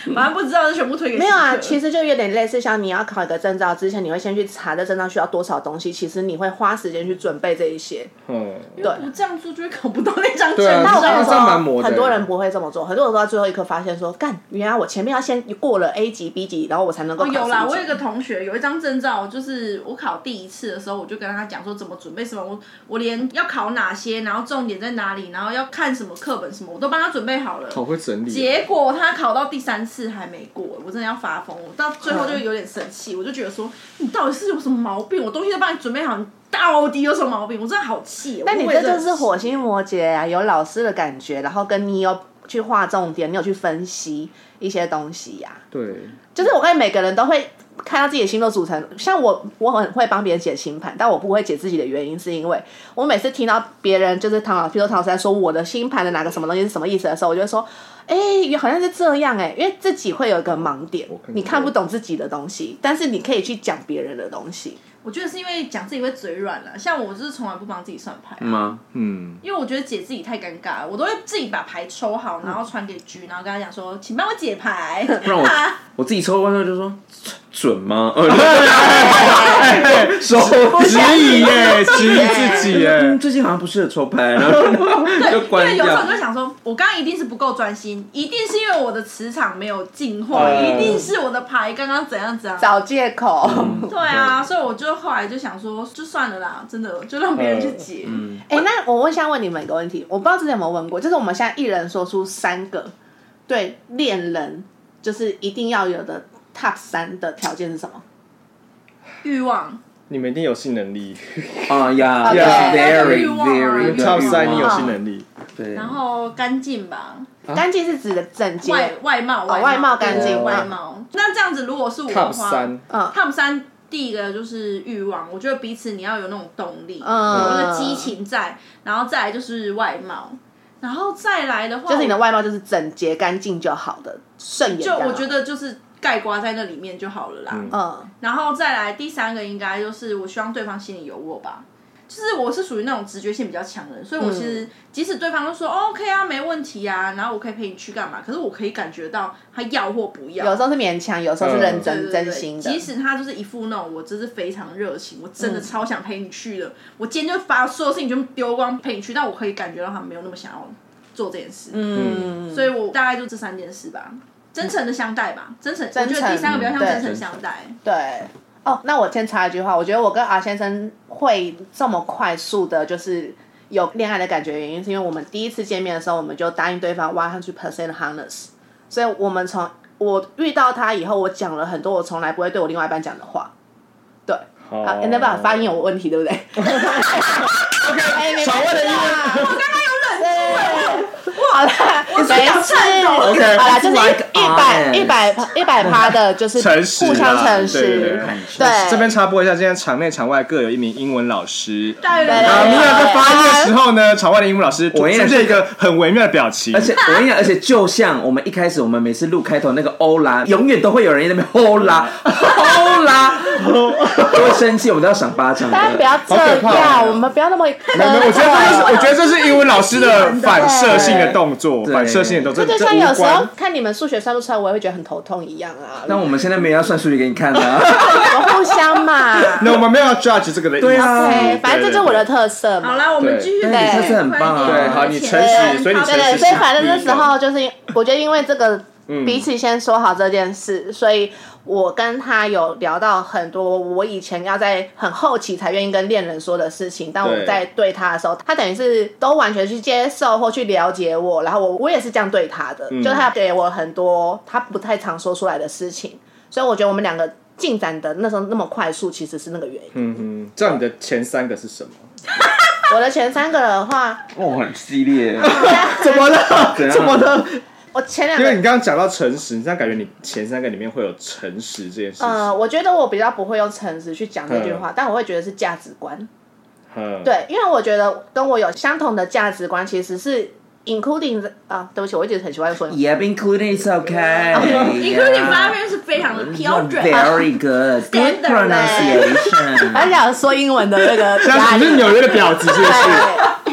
反正不知道就全部推给
没有啊，其
实
实就有点类似，像你要考一个证照之前，你会先去查这证照需要多少东西，其实你会花时间去准备这一些。
嗯，
因为不这样做就会搞不到那张
对啊
证
那我
这
跟你
样
照。
这样蛮
说，
磨的
很多人不会这么做，很多人都到最后一刻发现说，干，原来我前面要先过了 A 级、B 级，然后我才能够
哦，
考
有啦，
上
我有一
级
个同学有一张证照，就是我考第一次的时候，我就跟他讲说怎么准备什么，我我连要考哪些，然后重点在哪里，然后要看什么课本什么，我都帮他准备好了。
好会整理。啊
结果他考到第三次还没过，我真的要发疯。我到最后
嗯
就有点生气，我就觉得说，你到底是有什么毛病？我东西都帮你准备好，你到底有什么毛病？我真的好气。哦
但你
我为
哎这
了
就是火星摩羯啊，有老师的感觉，然后跟你有去划重点，你有去分析一些东西呀、
对，
就是我看每个人都会看到自己的星座组成，像我，我很会帮别人解星盘，但我不会解自己的原因，是因为我每次听到别人就是唐老，比如说唐老师在说我的星盘的哪个什么东西是什么意思的时候，我就会说，哎、好像是这样哎、因为自己会有一个盲点
我，看
你看不懂自己的东西，但是你可以去讲别人的东西。
我觉得是因为讲自己会嘴软了，像我就是从来不帮自己算牌啊、
吗？
嗯，
因为我觉得解自己太尴尬了，我都会自己把牌抽好，然后传给局，然后跟他讲说，请帮我解 牌。
不然我
他
我自己抽完之后就说准吗？呃手
质疑 耶，质疑自己耶
嗯，。最近好像不适合抽牌，然 后就
因
关
为有时候我
掉
就。会想说，我刚刚一定是不够专心，一定是因为我的磁场没有进化，
呃
嗯
一定是我的牌刚刚怎样怎样。
找借口，
嗯
对
嗯
啊，所以我就后来就想说，就算了啦，真的就让别
呃
人去解。
嗯
哎、那我问下问你们一个问题，我不知道之前有没有问过，就是我们现在一人说出三个对恋人就是一定要有的 top 三的条件是什么？
欲望，
你们一定有性能力
啊呀
哦
Okay
，yes
欲
very
望啊欲
very
望
，Top 三你有
欲
性能力，
嗯
望对，
然后干净吧，
干净是指的整洁，
外外貌，
哦外貌干
对
净
外
嗯
貌。那这样子，如果是我的
，Top
话，
三，
嗯
Top 三第一个就是欲望，我觉得彼此你要有那种动力，有一
嗯，
个激，情在，然后再来就是外貌，然后再来的话，
就是你的外貌就是整洁干净就好的，顺眼。
就我觉，得就是盖瓜在那里面就好了啦。
嗯
嗯，
然后再来第三个应该就是我希望对方心里有我吧。就是我是属于那种直觉性比较强的人，所以我其实即使对方都说、哦 OK 啊，没问题啊，然后我可以陪你去干嘛，可是我可以感觉到他要或不要。
有时候是勉强，有时候是认
嗯对
真、
对对
真心的。
即使他就是一副那种我真是非常热情，我真的超想陪你
嗯
去的，我今天就把所有事情全部丢光陪你去，但我可以感觉到他没有那么想要做这件事，
嗯，
所以我大概就这三件事吧。真诚的相待吧，真诚，
真
我觉
诚
得第三个比较像
嗯对
真诚相待。
对。哦，那我先插一句话，我觉得我跟阿先生会这么快速的，就是有恋爱的感觉，原因是因为我们第一次见面的时候，我们就答应对方 one hundred percent honest，所以我们从我遇到他以后，我讲了很多我从来不会对我另外一半讲的话。对，
好
啊，那把发音有问题，对不对
哎
？OK，少问了一我刚刚有忍住。好啦，没事。
OK，
好啦，就是
like
一百
honest
一百一百趴的，就是
诚实啦
互相诚
对对
实
对。
对，
这边插播一下，今天场内场外各有一名英文老师。
大于
对
啊，米娅在发音的时
候，
候呢，场外的英文老师
我也
出
是
现一个很微妙的表情，
而且我跟你讲，而且就像我们一开始，我们每次录开头那个欧拉，永远都会有人在那边欧 拉欧拉，
哦
都会生气，我们都要赏巴掌
大家不
的。
要这
好可怕
样，
哦
我们不要那么。
没有，没有我觉得这就是，我觉得这是英文老师的反射性的动作，
对
反射性的动作，
这就
这
像有
无
时候
关。
看你们数学算不出来，我也会觉得很头痛一样 啊。
但我们现在没有要算数据给你看的啊，
我们互 相嘛。
那我们没有要 judge 这个的意思。
对啊
对，反正这就是我的特色嘛。
好啦，我们继续
对
但你这
次很棒啊
对好你诚实所以你诚
对
实
对，
是
所以
好
反正
的
那时候就是因，我觉得因为这个
嗯
彼此先说好这件事，所以我跟他有聊到很多我以前要在很后期才愿意跟恋人说的事情，但我
对
在对他的时候，他等于是都完全去接受或去了解我，然后我我也是这样对他
嗯
的，就他给我很多他不太常说出来的事情，所以我觉得我们两个进展的那时候那么快速，其实是那个原因。
嗯哼，这样你的前三个是什么？
我的前三个的话，
哦，很激 烈，
怎么了？
怎样
怎么了？
我前两
因
个
为你刚刚讲到诚实，你这样感觉你前三个里面会有诚实这件事
呃，
情。
我觉得我比较不会用诚实去讲这句话，但我会觉得是价值观。
嗯，
对，因为我觉得跟我有相同的价值观，其实是 including 啊，对不起，我一直很喜欢说
y e a h including is okay.
including 发音是非
嗯
常的标准。啊
Very good, good
Standard
pronunciation.
很想说英文的那个
像
压
你是
力。
纽约的婊子是不 是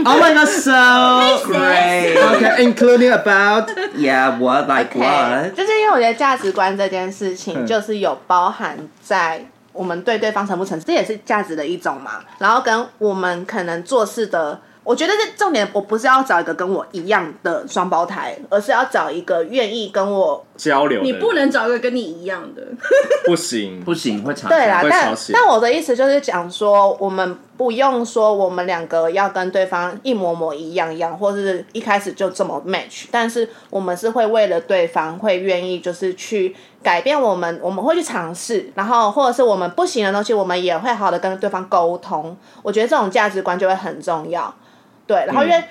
Oh my god, so great.
？OK，including about，
Yeah, what like
OK，
what?
就是因为我觉得价值观这件事情，就是有包含在我们对对方诚不诚实，这也是价值的一种嘛。然后跟我们可能做事的我觉得这重点，我不是要找一个跟我一样的双胞胎，而是要找一个愿意跟我
交流的
你
人
不能找一个跟你一样的，
不行，
不行会吵
对
架
啦
不。会
但
吵醒
但我的意思就是讲说，我们不用说我们两个要跟对方一模模一样样，或是一开始就这么 match，但是我们是会为了对方会愿意就是去改变我们，我们会去尝试，然后或者是我们不行的东西，我们也会好的跟对方沟通。我觉得这种价值观就会很重要。对，然后因为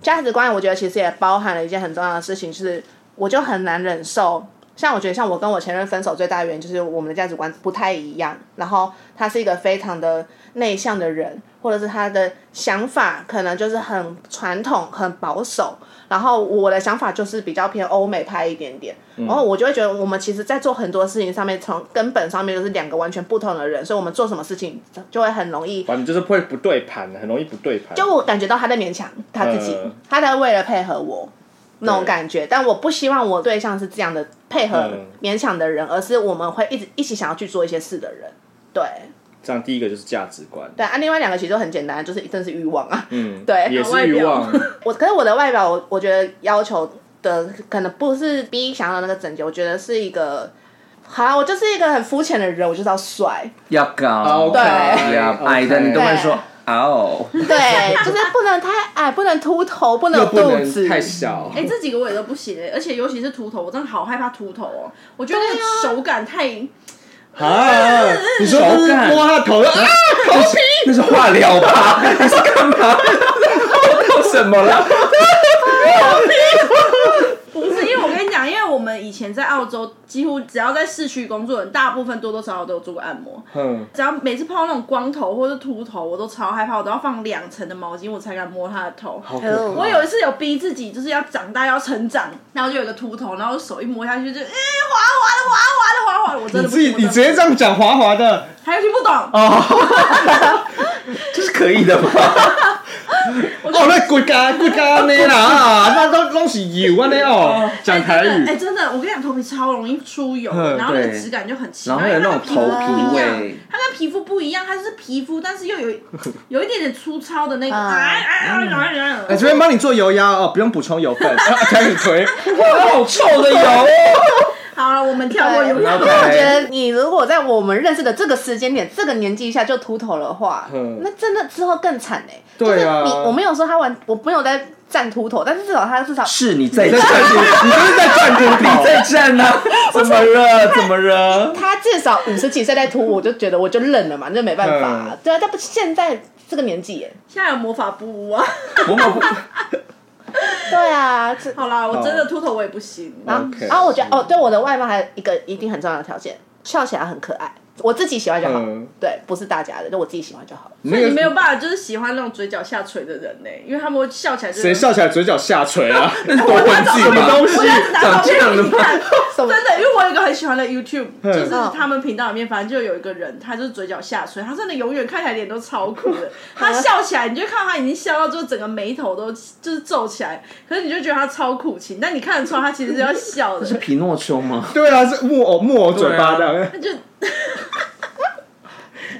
价值观，我觉得其实也包含了一件很重要的事情，就是我就很难忍受。像我觉得，像我跟我前任分手最大的原因就是我们的价值观不太一样，然后他是一个非常的内向的人，或者是他的想法可能就是很传统、很保守，然后我的想法就是比较偏欧美派一点点，然后我就会觉得我们其实在做很多事情上面，从根本上面就是两个完全不同的人，所以我们做什么事情就会很容易
反正就是会不对盘，很容易不对盘。
就我感觉到他在勉强他自己，
嗯
他在为了配合我那种感觉。但我不希望我对象是这样的配合
嗯
勉强的人，而是我们会一直一起想要去做一些事的人。对
这样，第一个就是价值观，
对啊，另外两个其实都很简单，就是一阵是欲望啊。
嗯，
对
也是欲望，
我可是我的外表，我我觉得要求的可能不是 B 想要的那个整洁，我觉得是一个。好啊，我就是一个很肤浅的人，我就是要帅，
要高，
哦对
呀，矮的你都会说哦，
对，就是不能太矮，不能秃头，不能
又
有
不
肚
能
子，
太小
哎、。这几个我也都不行、欸，而且尤其是秃头，我真的好害怕秃头哦，我觉得那个手感太，
啊！你说
手
就是
感
摸他的头啊，头皮，
那是化疗 吧？你是干嘛？我到什么了？
不是因为我跟你讲，因为我们以前在澳洲，几乎只要在市区工作的人，大部分多多少少都有做过按摩，
嗯，
只要每次碰到那种光头或者秃头，我都超害怕，我都要放两层的毛巾，我才敢摸他的头。
好可怕
我
我有一次有逼自己，就是要长大要成长，然后就有一个秃头，然后手一摸下去就，哎、滑滑的滑滑的滑滑的，我真
你
的不
自己
行，
你直接这样讲滑滑的，
还有听不懂，
哦
这是可以的吗？
哦，那骨嘎骨 嘎呢啦，那都拢是油啊那哦，讲台
哎、
语，
真的，我跟你讲，头皮超容易出油，
嗯
然后那个
对
质感就很奇
然
怪，
后会
因
有
为
那种
它跟皮肤
头皮
不一样
味，
它跟皮肤不一样，它是皮肤，但是又有有一点点粗糙的那个，
啊
啊啊啊啊
哎，
啊！
这边帮你做油压哦，不用补充油 分，啊开始推，
哇，好臭 的油哦！
好了，我们跳过油
因为
亮
然后
我觉
哎
得你如果在我们认识的这个时间点、这个年纪下就秃头的话
嗯，
那真的之后更惨哎、
对啊
就是你我没有说他完，我没有在站秃头，但是至少他至
嗯
少
是你在
你在
站，
站住，你就是在站住
你在站呢？ 怎么了？怎么了？
他至少五十几岁在秃，我就觉得我就认了嘛，那没办法、
嗯
对啊，但不现在这个年纪耶、
现在有魔法布啊！
我我
对啊，这
好啦，我真的秃头我也不行。
然后
OK
然后我觉得哦，对我的外貌还有一个一定很重要的条件，笑起来很可爱，我自己喜欢就好，
嗯
对，不是大家的，就我自己喜欢就好了。
所以你没
那
有
个
办法，就是喜欢那种嘴角下垂的人呢、因为他们会笑起来就
谁
是。
笑起来嘴角下垂啊？
那是多文
找
静
到
吧？
什么东西
我要是拿照
长这
片
样
给
的
你
吗
看，
什么
真的，因为我有一个很喜欢的 YouTube，
嗯
就是他们频道里面，反正就有一个人，他就是嘴角下垂，他真的永远看起来脸都超酷的。他笑起来，你就看到他已经笑到，就是整个眉头都就是皱起来，可是你就觉得他超苦情，但你看得出来他其实是 要笑的。
是皮诺丘吗？
对啊，是木偶木偶嘴巴
啊
的，
就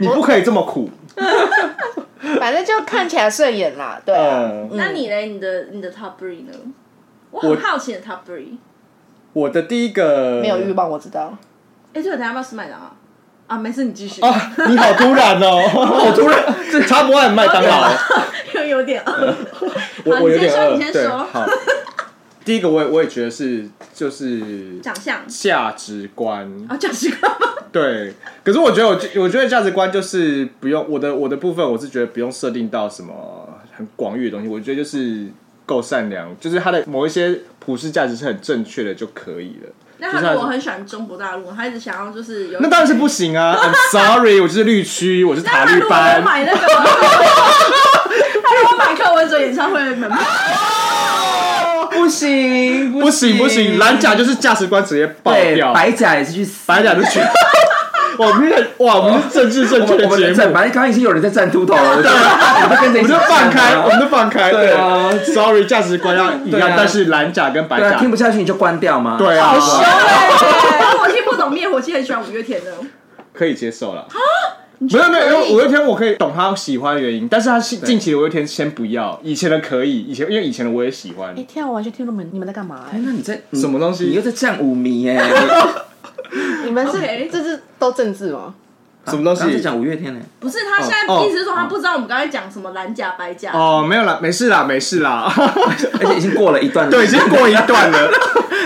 你不可以这么苦。
反正就看起来顺眼啦，对啊、
嗯，
那你嘞？你的你的 Top Three 呢？我很好奇你的 Top Three。
我的第一个
没有欲望，我知道。
哎，这个等一下要不要吃麦当劳？啊，没事，你继续。
啊！你好突然哦，好突然，这插播很麦当劳。
又有点饿。
我
好
我
你
有
先
点
说
饿，
你先
对，
说
好。 第一个我也我也觉得是就是
长相
价值观，
啊，讲习惯吗？
对。可是我觉得我我觉得价值观就是不用我的我的部分，我是觉得不用设定到什么很广域的东西，我觉得就是够善良，就是他的某一些普世价值是很正确的就可以 了。
那
就
他
是他
说我很喜欢中国大陆，他一直想要就是有。
那当然是不行 啊！I'm sorry，我就是绿区，我是塔
那他
绿
如果
班
有。 买那个，他如果买柯文哲演唱会的门票，
不行，
不行不行，蓝甲就是价值观直接 爆
对
掉，
白甲也是去死
白甲就 去。哇，我们是哇，我们是政治正
我
确
们
的
我们
节
在站，，
目
反正刚刚已经有人在站秃头了， 我就我就跟着一
我们
起站啊
就放开，我们就放开。
对啊
，sorry，价值观要一
对
样
啊，
但是蓝甲跟白
对啊，
甲
听不下去你就关掉嘛。哎
对啊，
对我听不懂灭火器很喜欢五月天的，
啊
可以接受了。没有没有，因为
可以
五月天我可以懂他喜欢的原因，但是他近近期的五月天先不要，以前的可以，以前因为以前的我也喜欢
哎、，天啊，我完全听不懂你们你们在干嘛、
哎，
哎
嗯
那你在你
什么东西
你又在降舞迷耶？
你们是
OK
这是都政治吗？
什么东西
刚刚在讲五月天呢？
不是他现在
哦
意思是说他不知道我们刚才讲什么蓝甲白甲，
哦，没有啦，没事啦，没事 啦，
而且已经过了一段，
对，已经过一段了。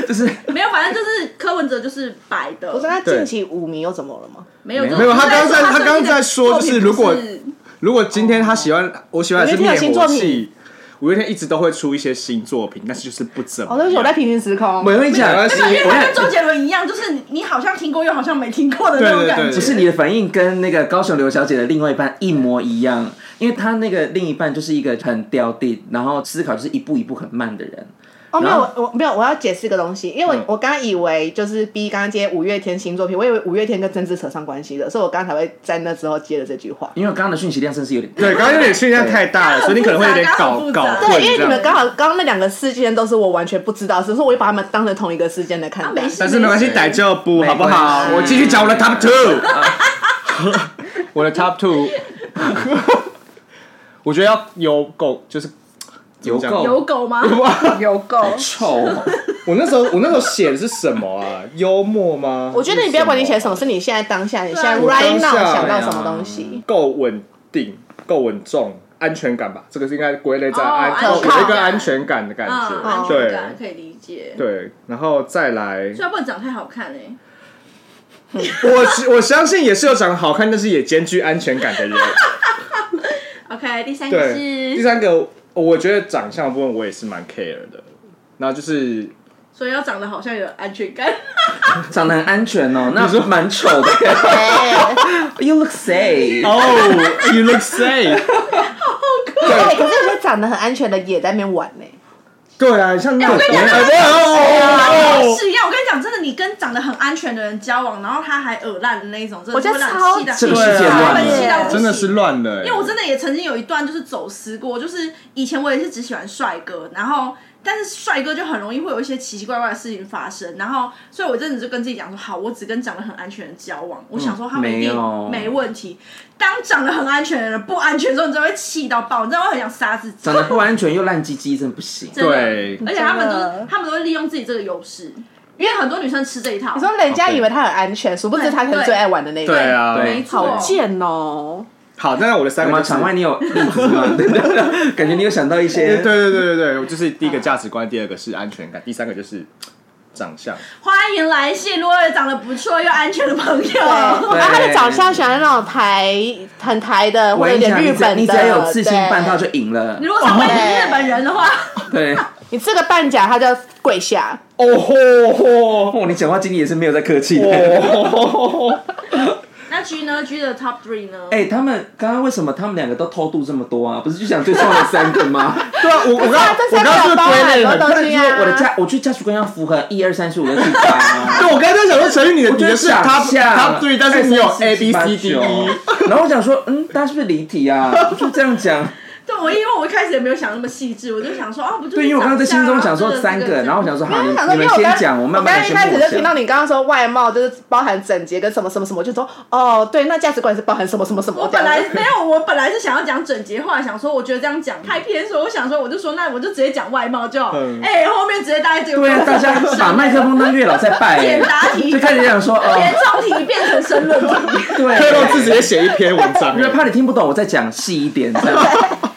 就是
哦
没有，反正就是柯文哲就是白
不是
的，
他
对
近期舞迷又怎么了吗？
没有
没有
就是
没有他刚在
说
他
最
刚
近的
在说
作
就是
品
如果
不是
如果今天他喜欢，我喜欢的是
五月
灭
天哦有新
火
作品
器，五月天一直都会出一些新作品，但是就是不怎么
哦，
样。
对不起，我在平行时
我
空。
跟你讲，
没关系
没有，因为他跟
我
周杰伦一样，就是你好像听过又好像没听过的
对
那种
对
感
对
觉。
不是你的反应跟那个高雄刘小姐的另外一半一模一样，因为她那个另一半就是一个很掉地，然后思考就是一步一步很慢的人。
哦，没
然
有，
后
我我没有，我要解释一个东西，因为我我刚刚以为就是 B 刚刚接五月天新作品，我以为五月天跟政治扯上关系的，所以我刚刚才会在那之后接了这句话。
因为我刚刚的讯息量真是有点，
对，刚刚有点信任太大了，所以你可能会有点
刚刚
搞
很复
搞
杂
混
对
这样。
对，因为你们刚好刚刚那两个事件都是我完全不知道的事，所以我也把他们当成同一个事件来看
啊
待
没。事
但是没关系，逮就不
没
好不
关
好？
系
我继续讲我的 top two，我的 top two，我觉得要有狗就是
有
怎么
够
讲
有狗吗？有狗
臭哦，
我那时候我那时候写的是什么啊？幽默吗？
我觉得你不要管你写什么，是你现在啊当下，你现在
我
right
当下
now
呀
想到什么东 西。
够稳定，够稳重，安全感吧，这个是应该归类在
哦
安
安
全感
有一个安全感的感
嗯，安
觉，
全
对
感可以理解。
对，然后再来，
虽然不能长太好看哎，
我我相信也是有长得好看，但是也兼具安全感的人。
OK，第三个
对，
是
第三个，我觉得长相的部分我也是蛮 care 的。然后就是
所以要长得好像有安全感。
长得很安全哦，那蛮丑 的。You look safe。
哦、y o u look safe。
对，哎可是有些长得很安全的也在那边玩呢。
对啊，像那种
跟你讲
哎对哦
是 啊要我跟你讲，真的，你跟长得很安全的人交往，然后他还耳烂的那一种，真的
我觉得
会让
超
你气到
这个世界
会
乱
让你气到
哦
不
了
行
真的是。乱了欸。
因为我真的也曾经有一段就是走私过，就是以前我也是只喜欢帅哥，然后但是帅哥就很容易会有一些奇奇怪怪的事情发生，然后所以我真的就跟自己讲说，好，我只跟长得很安全的人交往，我想说他们一
没
定
有
没问题。当长得很安全的人不安全的时候，你真的会气到爆，你真的会很想杀自己
长。得不安全又烂唧唧，真的不行。
真的
对
而且他们都
真
是
的
他们都会利用自己这个优势，因为很多女生吃这一套
你。说人家以为他很安全，殊不知他可能最爱玩的那个。
对啊，
对
没
好
错，
贱哦！
好，那我的三
干
个、
嘛？
就是
场外你有例子吗？感觉你有想到一
对
些
对对对对，我就是第一个价值观，第二个是安全感，第三个就是长相。
欢迎来信，如果有长得不错又安全的朋友，
对，然后他的长相喜欢那种台很台的，
我
或者
跟
有
你
点
讲，
日
你只
本
你
的。
只要有自信办到
对
就赢了
你。如果长得是日本人的话，
对，哦
你这个半甲，他就跪下。
哦吼
哦，你讲话今天也是没有在客气的。
吼！
那 G 呢？G 的 Top Three 呢？
哎，他们刚刚为什么他们两个都偷渡这么多啊？不是就讲最重要的三个吗？
对啊，我我刚
这
我刚
三
刚
个
就
包
归类
含
了很
很多
快。
东西啊。
我的价，我去价值观要符合一二三四五六七八啊。
哎对，我刚才想说陈宇，你的你的是
想
top
象哎
top three，但是你有 A
2
B
3
C
4
D
5
E
6。然后我想说，嗯，大家是不是离题啊？ 不是这样讲，
对，我因为我一开始也没有想那么细致，我就想说啊，不就是
对，因为我刚刚在心中想说三
长相
个，
啊
然后我想说，好，你
我想说，
你
因
们
为我
先
刚
讲，我慢慢来
我刚一
先
开
跟
始
我
就听到
讲。
你刚刚说外貌就是包含整洁跟什么什么什么，我就说哦，对，那价值观是包含什么什么什么。
我本来
这样子
没有，我本来是想要讲整洁话，想说我觉得这样讲太偏，所以我想说我就说那我就直接讲外貌就好，哎、
嗯
后面直接大家这个
对啊，大家把麦克风当月老在 拜，哎
简答题
就开始讲说，
连
哦，
重题变成申论题。
对，
克洛 自己也写一篇文章
因，为怕你听不懂，我再讲细一点。这样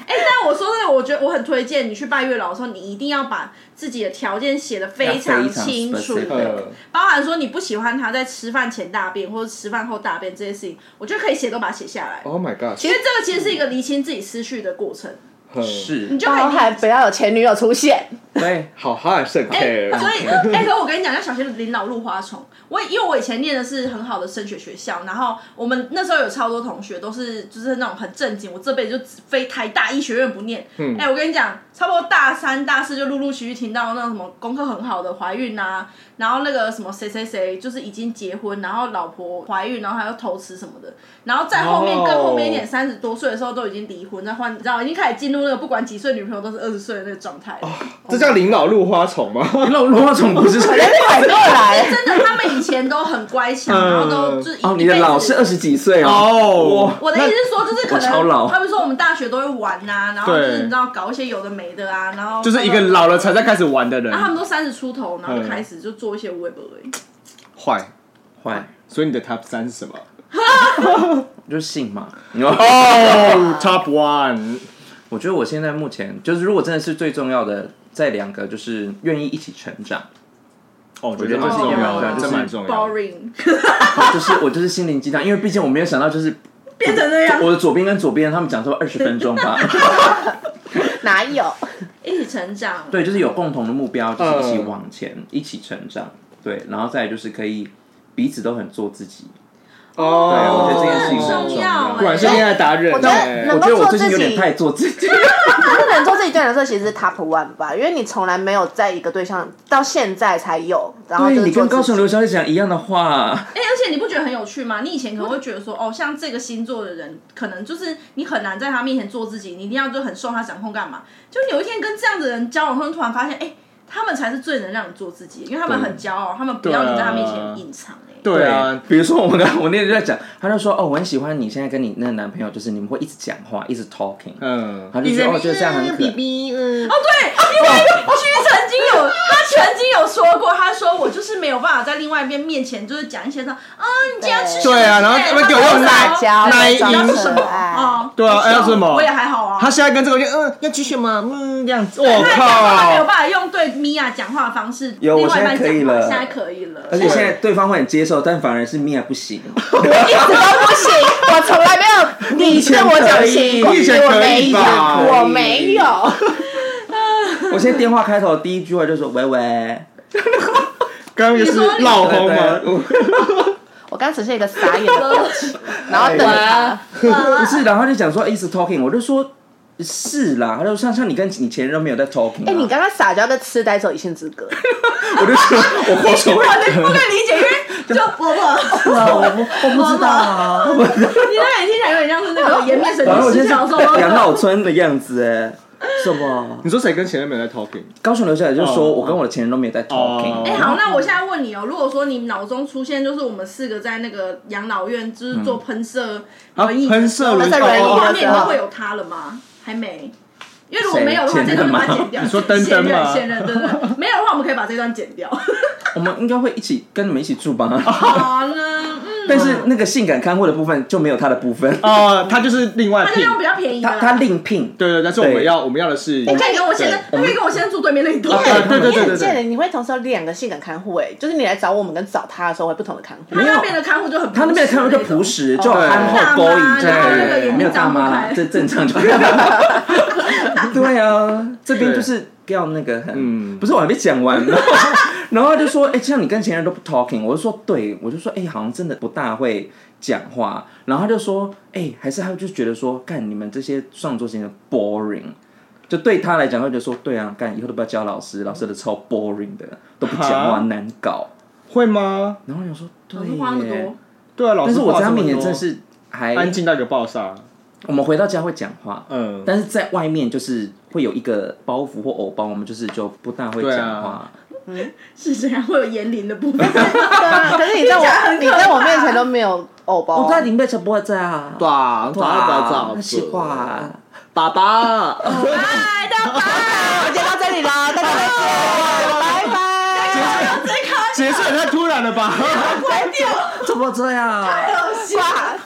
哎、但我说真的，我觉得我很推荐你去拜月老的时候，你一定要把自己的条件写的非常清楚，
要非常 specific
呃，
包含说你不喜欢他在吃饭前大便或者吃饭后大便这些事情，我觉得可以写都把它写下
哦
来。
，Oh my god，
其实这个其实是一个厘清自己思绪的过程，
嗯，
你
是，
就可以
包含不要有前女友出现。
对，
好，他还是很
哎、
care，嗯
所以，哎、可是我跟你讲，要小心临老入花丛。我因为我以前念的是很好的升学学校，然后我们那时候有超多同学都是就是那种很正经，我这辈子就只非台大医学院不念。嗯，哎、我跟你讲，差不多大三、大四就陆陆续续听到那种什么功课很好的怀孕啊，然后那个什么谁谁谁就是已经结婚，然后老婆怀孕，然后还要偷吃什么的，然后再后面
哦
更后面一点，三十
哦
多岁的时候都已经离婚，再换，你知道，已经开始进入那个不管几岁女朋友都是二十岁的那个状态了。
这叫林老入花丛吗？
罗罗总不是
反过来，
哎真的，他们以前都很乖巧，
嗯
然后都就是一
哦，你的老师
一辈
二
子
十几岁哦，
哦，
我的意思是说，就是可
我超老
能他们说我们大学都会玩呐、然后就
对
是你知道搞一些有的没的啊，然后
就是一个
他们
老了才在开始玩的人
啊然后，他们都三十出头，然
嗯
后就开始就做一些微博而已。
坏。
坏
所以你的 top 三是什么？
就是性嘛。
哦，top one，
我觉得我现在目前就是，如果真的是最重要的，在两个就是愿意一起成长，
哦，我
这
觉得
我觉
蛮
得
重要
这
的，
蛮
这蛮
重
重要的。
Boring，
哦就是我就是心灵鸡汤，因为毕竟我没有想到就是
变成那样，
我的左边跟左边他们讲说二十分钟 吧，
哪有？
一起成长。
对，就是有共同的目标，就是一起往前，一起成长，对，然后再来就是可以彼此都很做自己，
哦，
对我觉得这件事情
很
很
重要
重
果然是恋爱达人。
我觉得
对
能
我
够
觉得我
做
最近有
自
点
己，
太做自 己，
不能做自己对你来说其实是 top one 吧，因为你从来没有在一个对象到现在才有，然后
对
就是
哎你
做
跟高
自
雄
己。
刘小姐讲一样的话，
哎、而且你不觉得很有趣吗？你以前可能会觉得说，哦，像这个星座的人，可能就是你很难在他面前做自己，你一定要就很受他掌控干嘛？就你有一天跟这样的人交往后，突然发现，哎、他们才是最能让你做自己，因为他们很骄
啊
傲，他们不要你在他面前隐藏、哎，
对啊，，
比如说我们刚我那天就在讲，他就说哦，我很喜欢你现在跟你那个男朋友，就是你们会一直讲话，一直 talking，
嗯，
他就说哦，觉得这样很可爱。
嗯，
哦，对，因为居曾经 有他曾经有说过，他说我就是没有办法在另外一边面前就是讲一些说，啊，你今天要吃什么？
对啊然后
哎
他们给我
要
用
奶
辣椒
奶
要
音
吃什么？
可爱
哦，
对啊
好
哎要
笑
吃什么
我也还好啊。
他现在跟这个就嗯要继续吗？嗯这样子，我
他没 有
靠，
办法用对米娅讲话的方式，
有
另外一
我
半
现在可以
讲话
了
现在可以了，
而且现在对方会很接受，但反而是 Mia 不行。
一直都不行，我从来没有你对我讲情过，
你以前可以你以前可以
我没有，
吧
我没有，
我现在电话开头第一句话就说喂喂，
刚刚就是老
对
红吗？
对
我刚呈现一个傻眼的表情，然后
哎
等着他，
不是，然后他就讲说一直 talking，我就说是啦，他就说像像你跟你前任都没有在 talking，、啊
哎，你刚刚撒娇跟痴呆只有一线之隔，
我就说我活手，
不可以理解，因为就我我
啊 我不我不知道啊，
你那也听起来有点像是那个颜面神
然后我
经
就是
失调 的时候，
养老村的样子哎、什么？
你说谁跟前任没在 talking？
高雄留下来就说
哦
我跟我的前任都没有在 talking，、
哦
哎、好，那我现在问你哦、如果说你脑中出现就是我们四个在那个养老院，就是做喷射
啊
轮椅的
喷
时候、
射哦轮
在
那
轮
个
哦
椅
画
的
面
时
里面
候
会，有他了吗？还没。因为如果没有的话，
谁
这段就把它
前任吗
剪掉。
你说登登
现任，
吗
现任，对对对。没有的话，我们可以把这段剪 掉。
我们应该会一起跟你们一起住 吧，啊
好 呢，嗯，
但是那个性感看护的部分就没有他的部分，
哦，他就是另外
他就
聘，
用比较便宜的
他
啦。
他另聘，
对对，但是我们
对
要我们要的是，啊
你可以跟我先生，他可以跟我先生住对面那一
啊
栋。
对对对
你
对
很
对
贱的，
对，
你会同时有两个性感看护，哎，就是你来找我们跟找他的时候会不同的 看护
他。
没有
那边的看护就很朴实
他那边看到就
那种
朴实，就有憨厚勾引
大妈然后那个
对，
眼睛
没有大妈啦
张不开，
这正 常就。对啊，这边就是要那个很，
嗯
不是我还没讲完， 然后然后他就说，哎、像你跟前任都不 talking，我就说对，我就说，哎、好像真的不大会讲话，然后他就说，哎、还是他就觉得说，干你们这些创作型的 boring。就对他来讲，他就说：“对啊，干以后都不要教老师，老师的超 boring 的，都不讲话，
啊
难搞。
会吗”？
然后我想说：“对
老师花那么
耶
多，
对啊，老师
但是我
话
在他
这么
面前
多
真是还
安。静到一个爆炸，
我们回到家会讲话，
嗯，
但是在外面就是会有一个包袱或偶包，我们就是就不大会
对啊
讲话。
是这样，会有言灵的部分。
对啊，可是你在
听起
我
来很可怕
你在我面前都没有偶包
我
啊，
在哦林贝城不会这样，
哇，
那是话。
爸爸，
拜 大拜，
今天到这里了，大家再见，拜拜。
这卡
结束也太突然了吧？
关掉。
怎么这样？
挂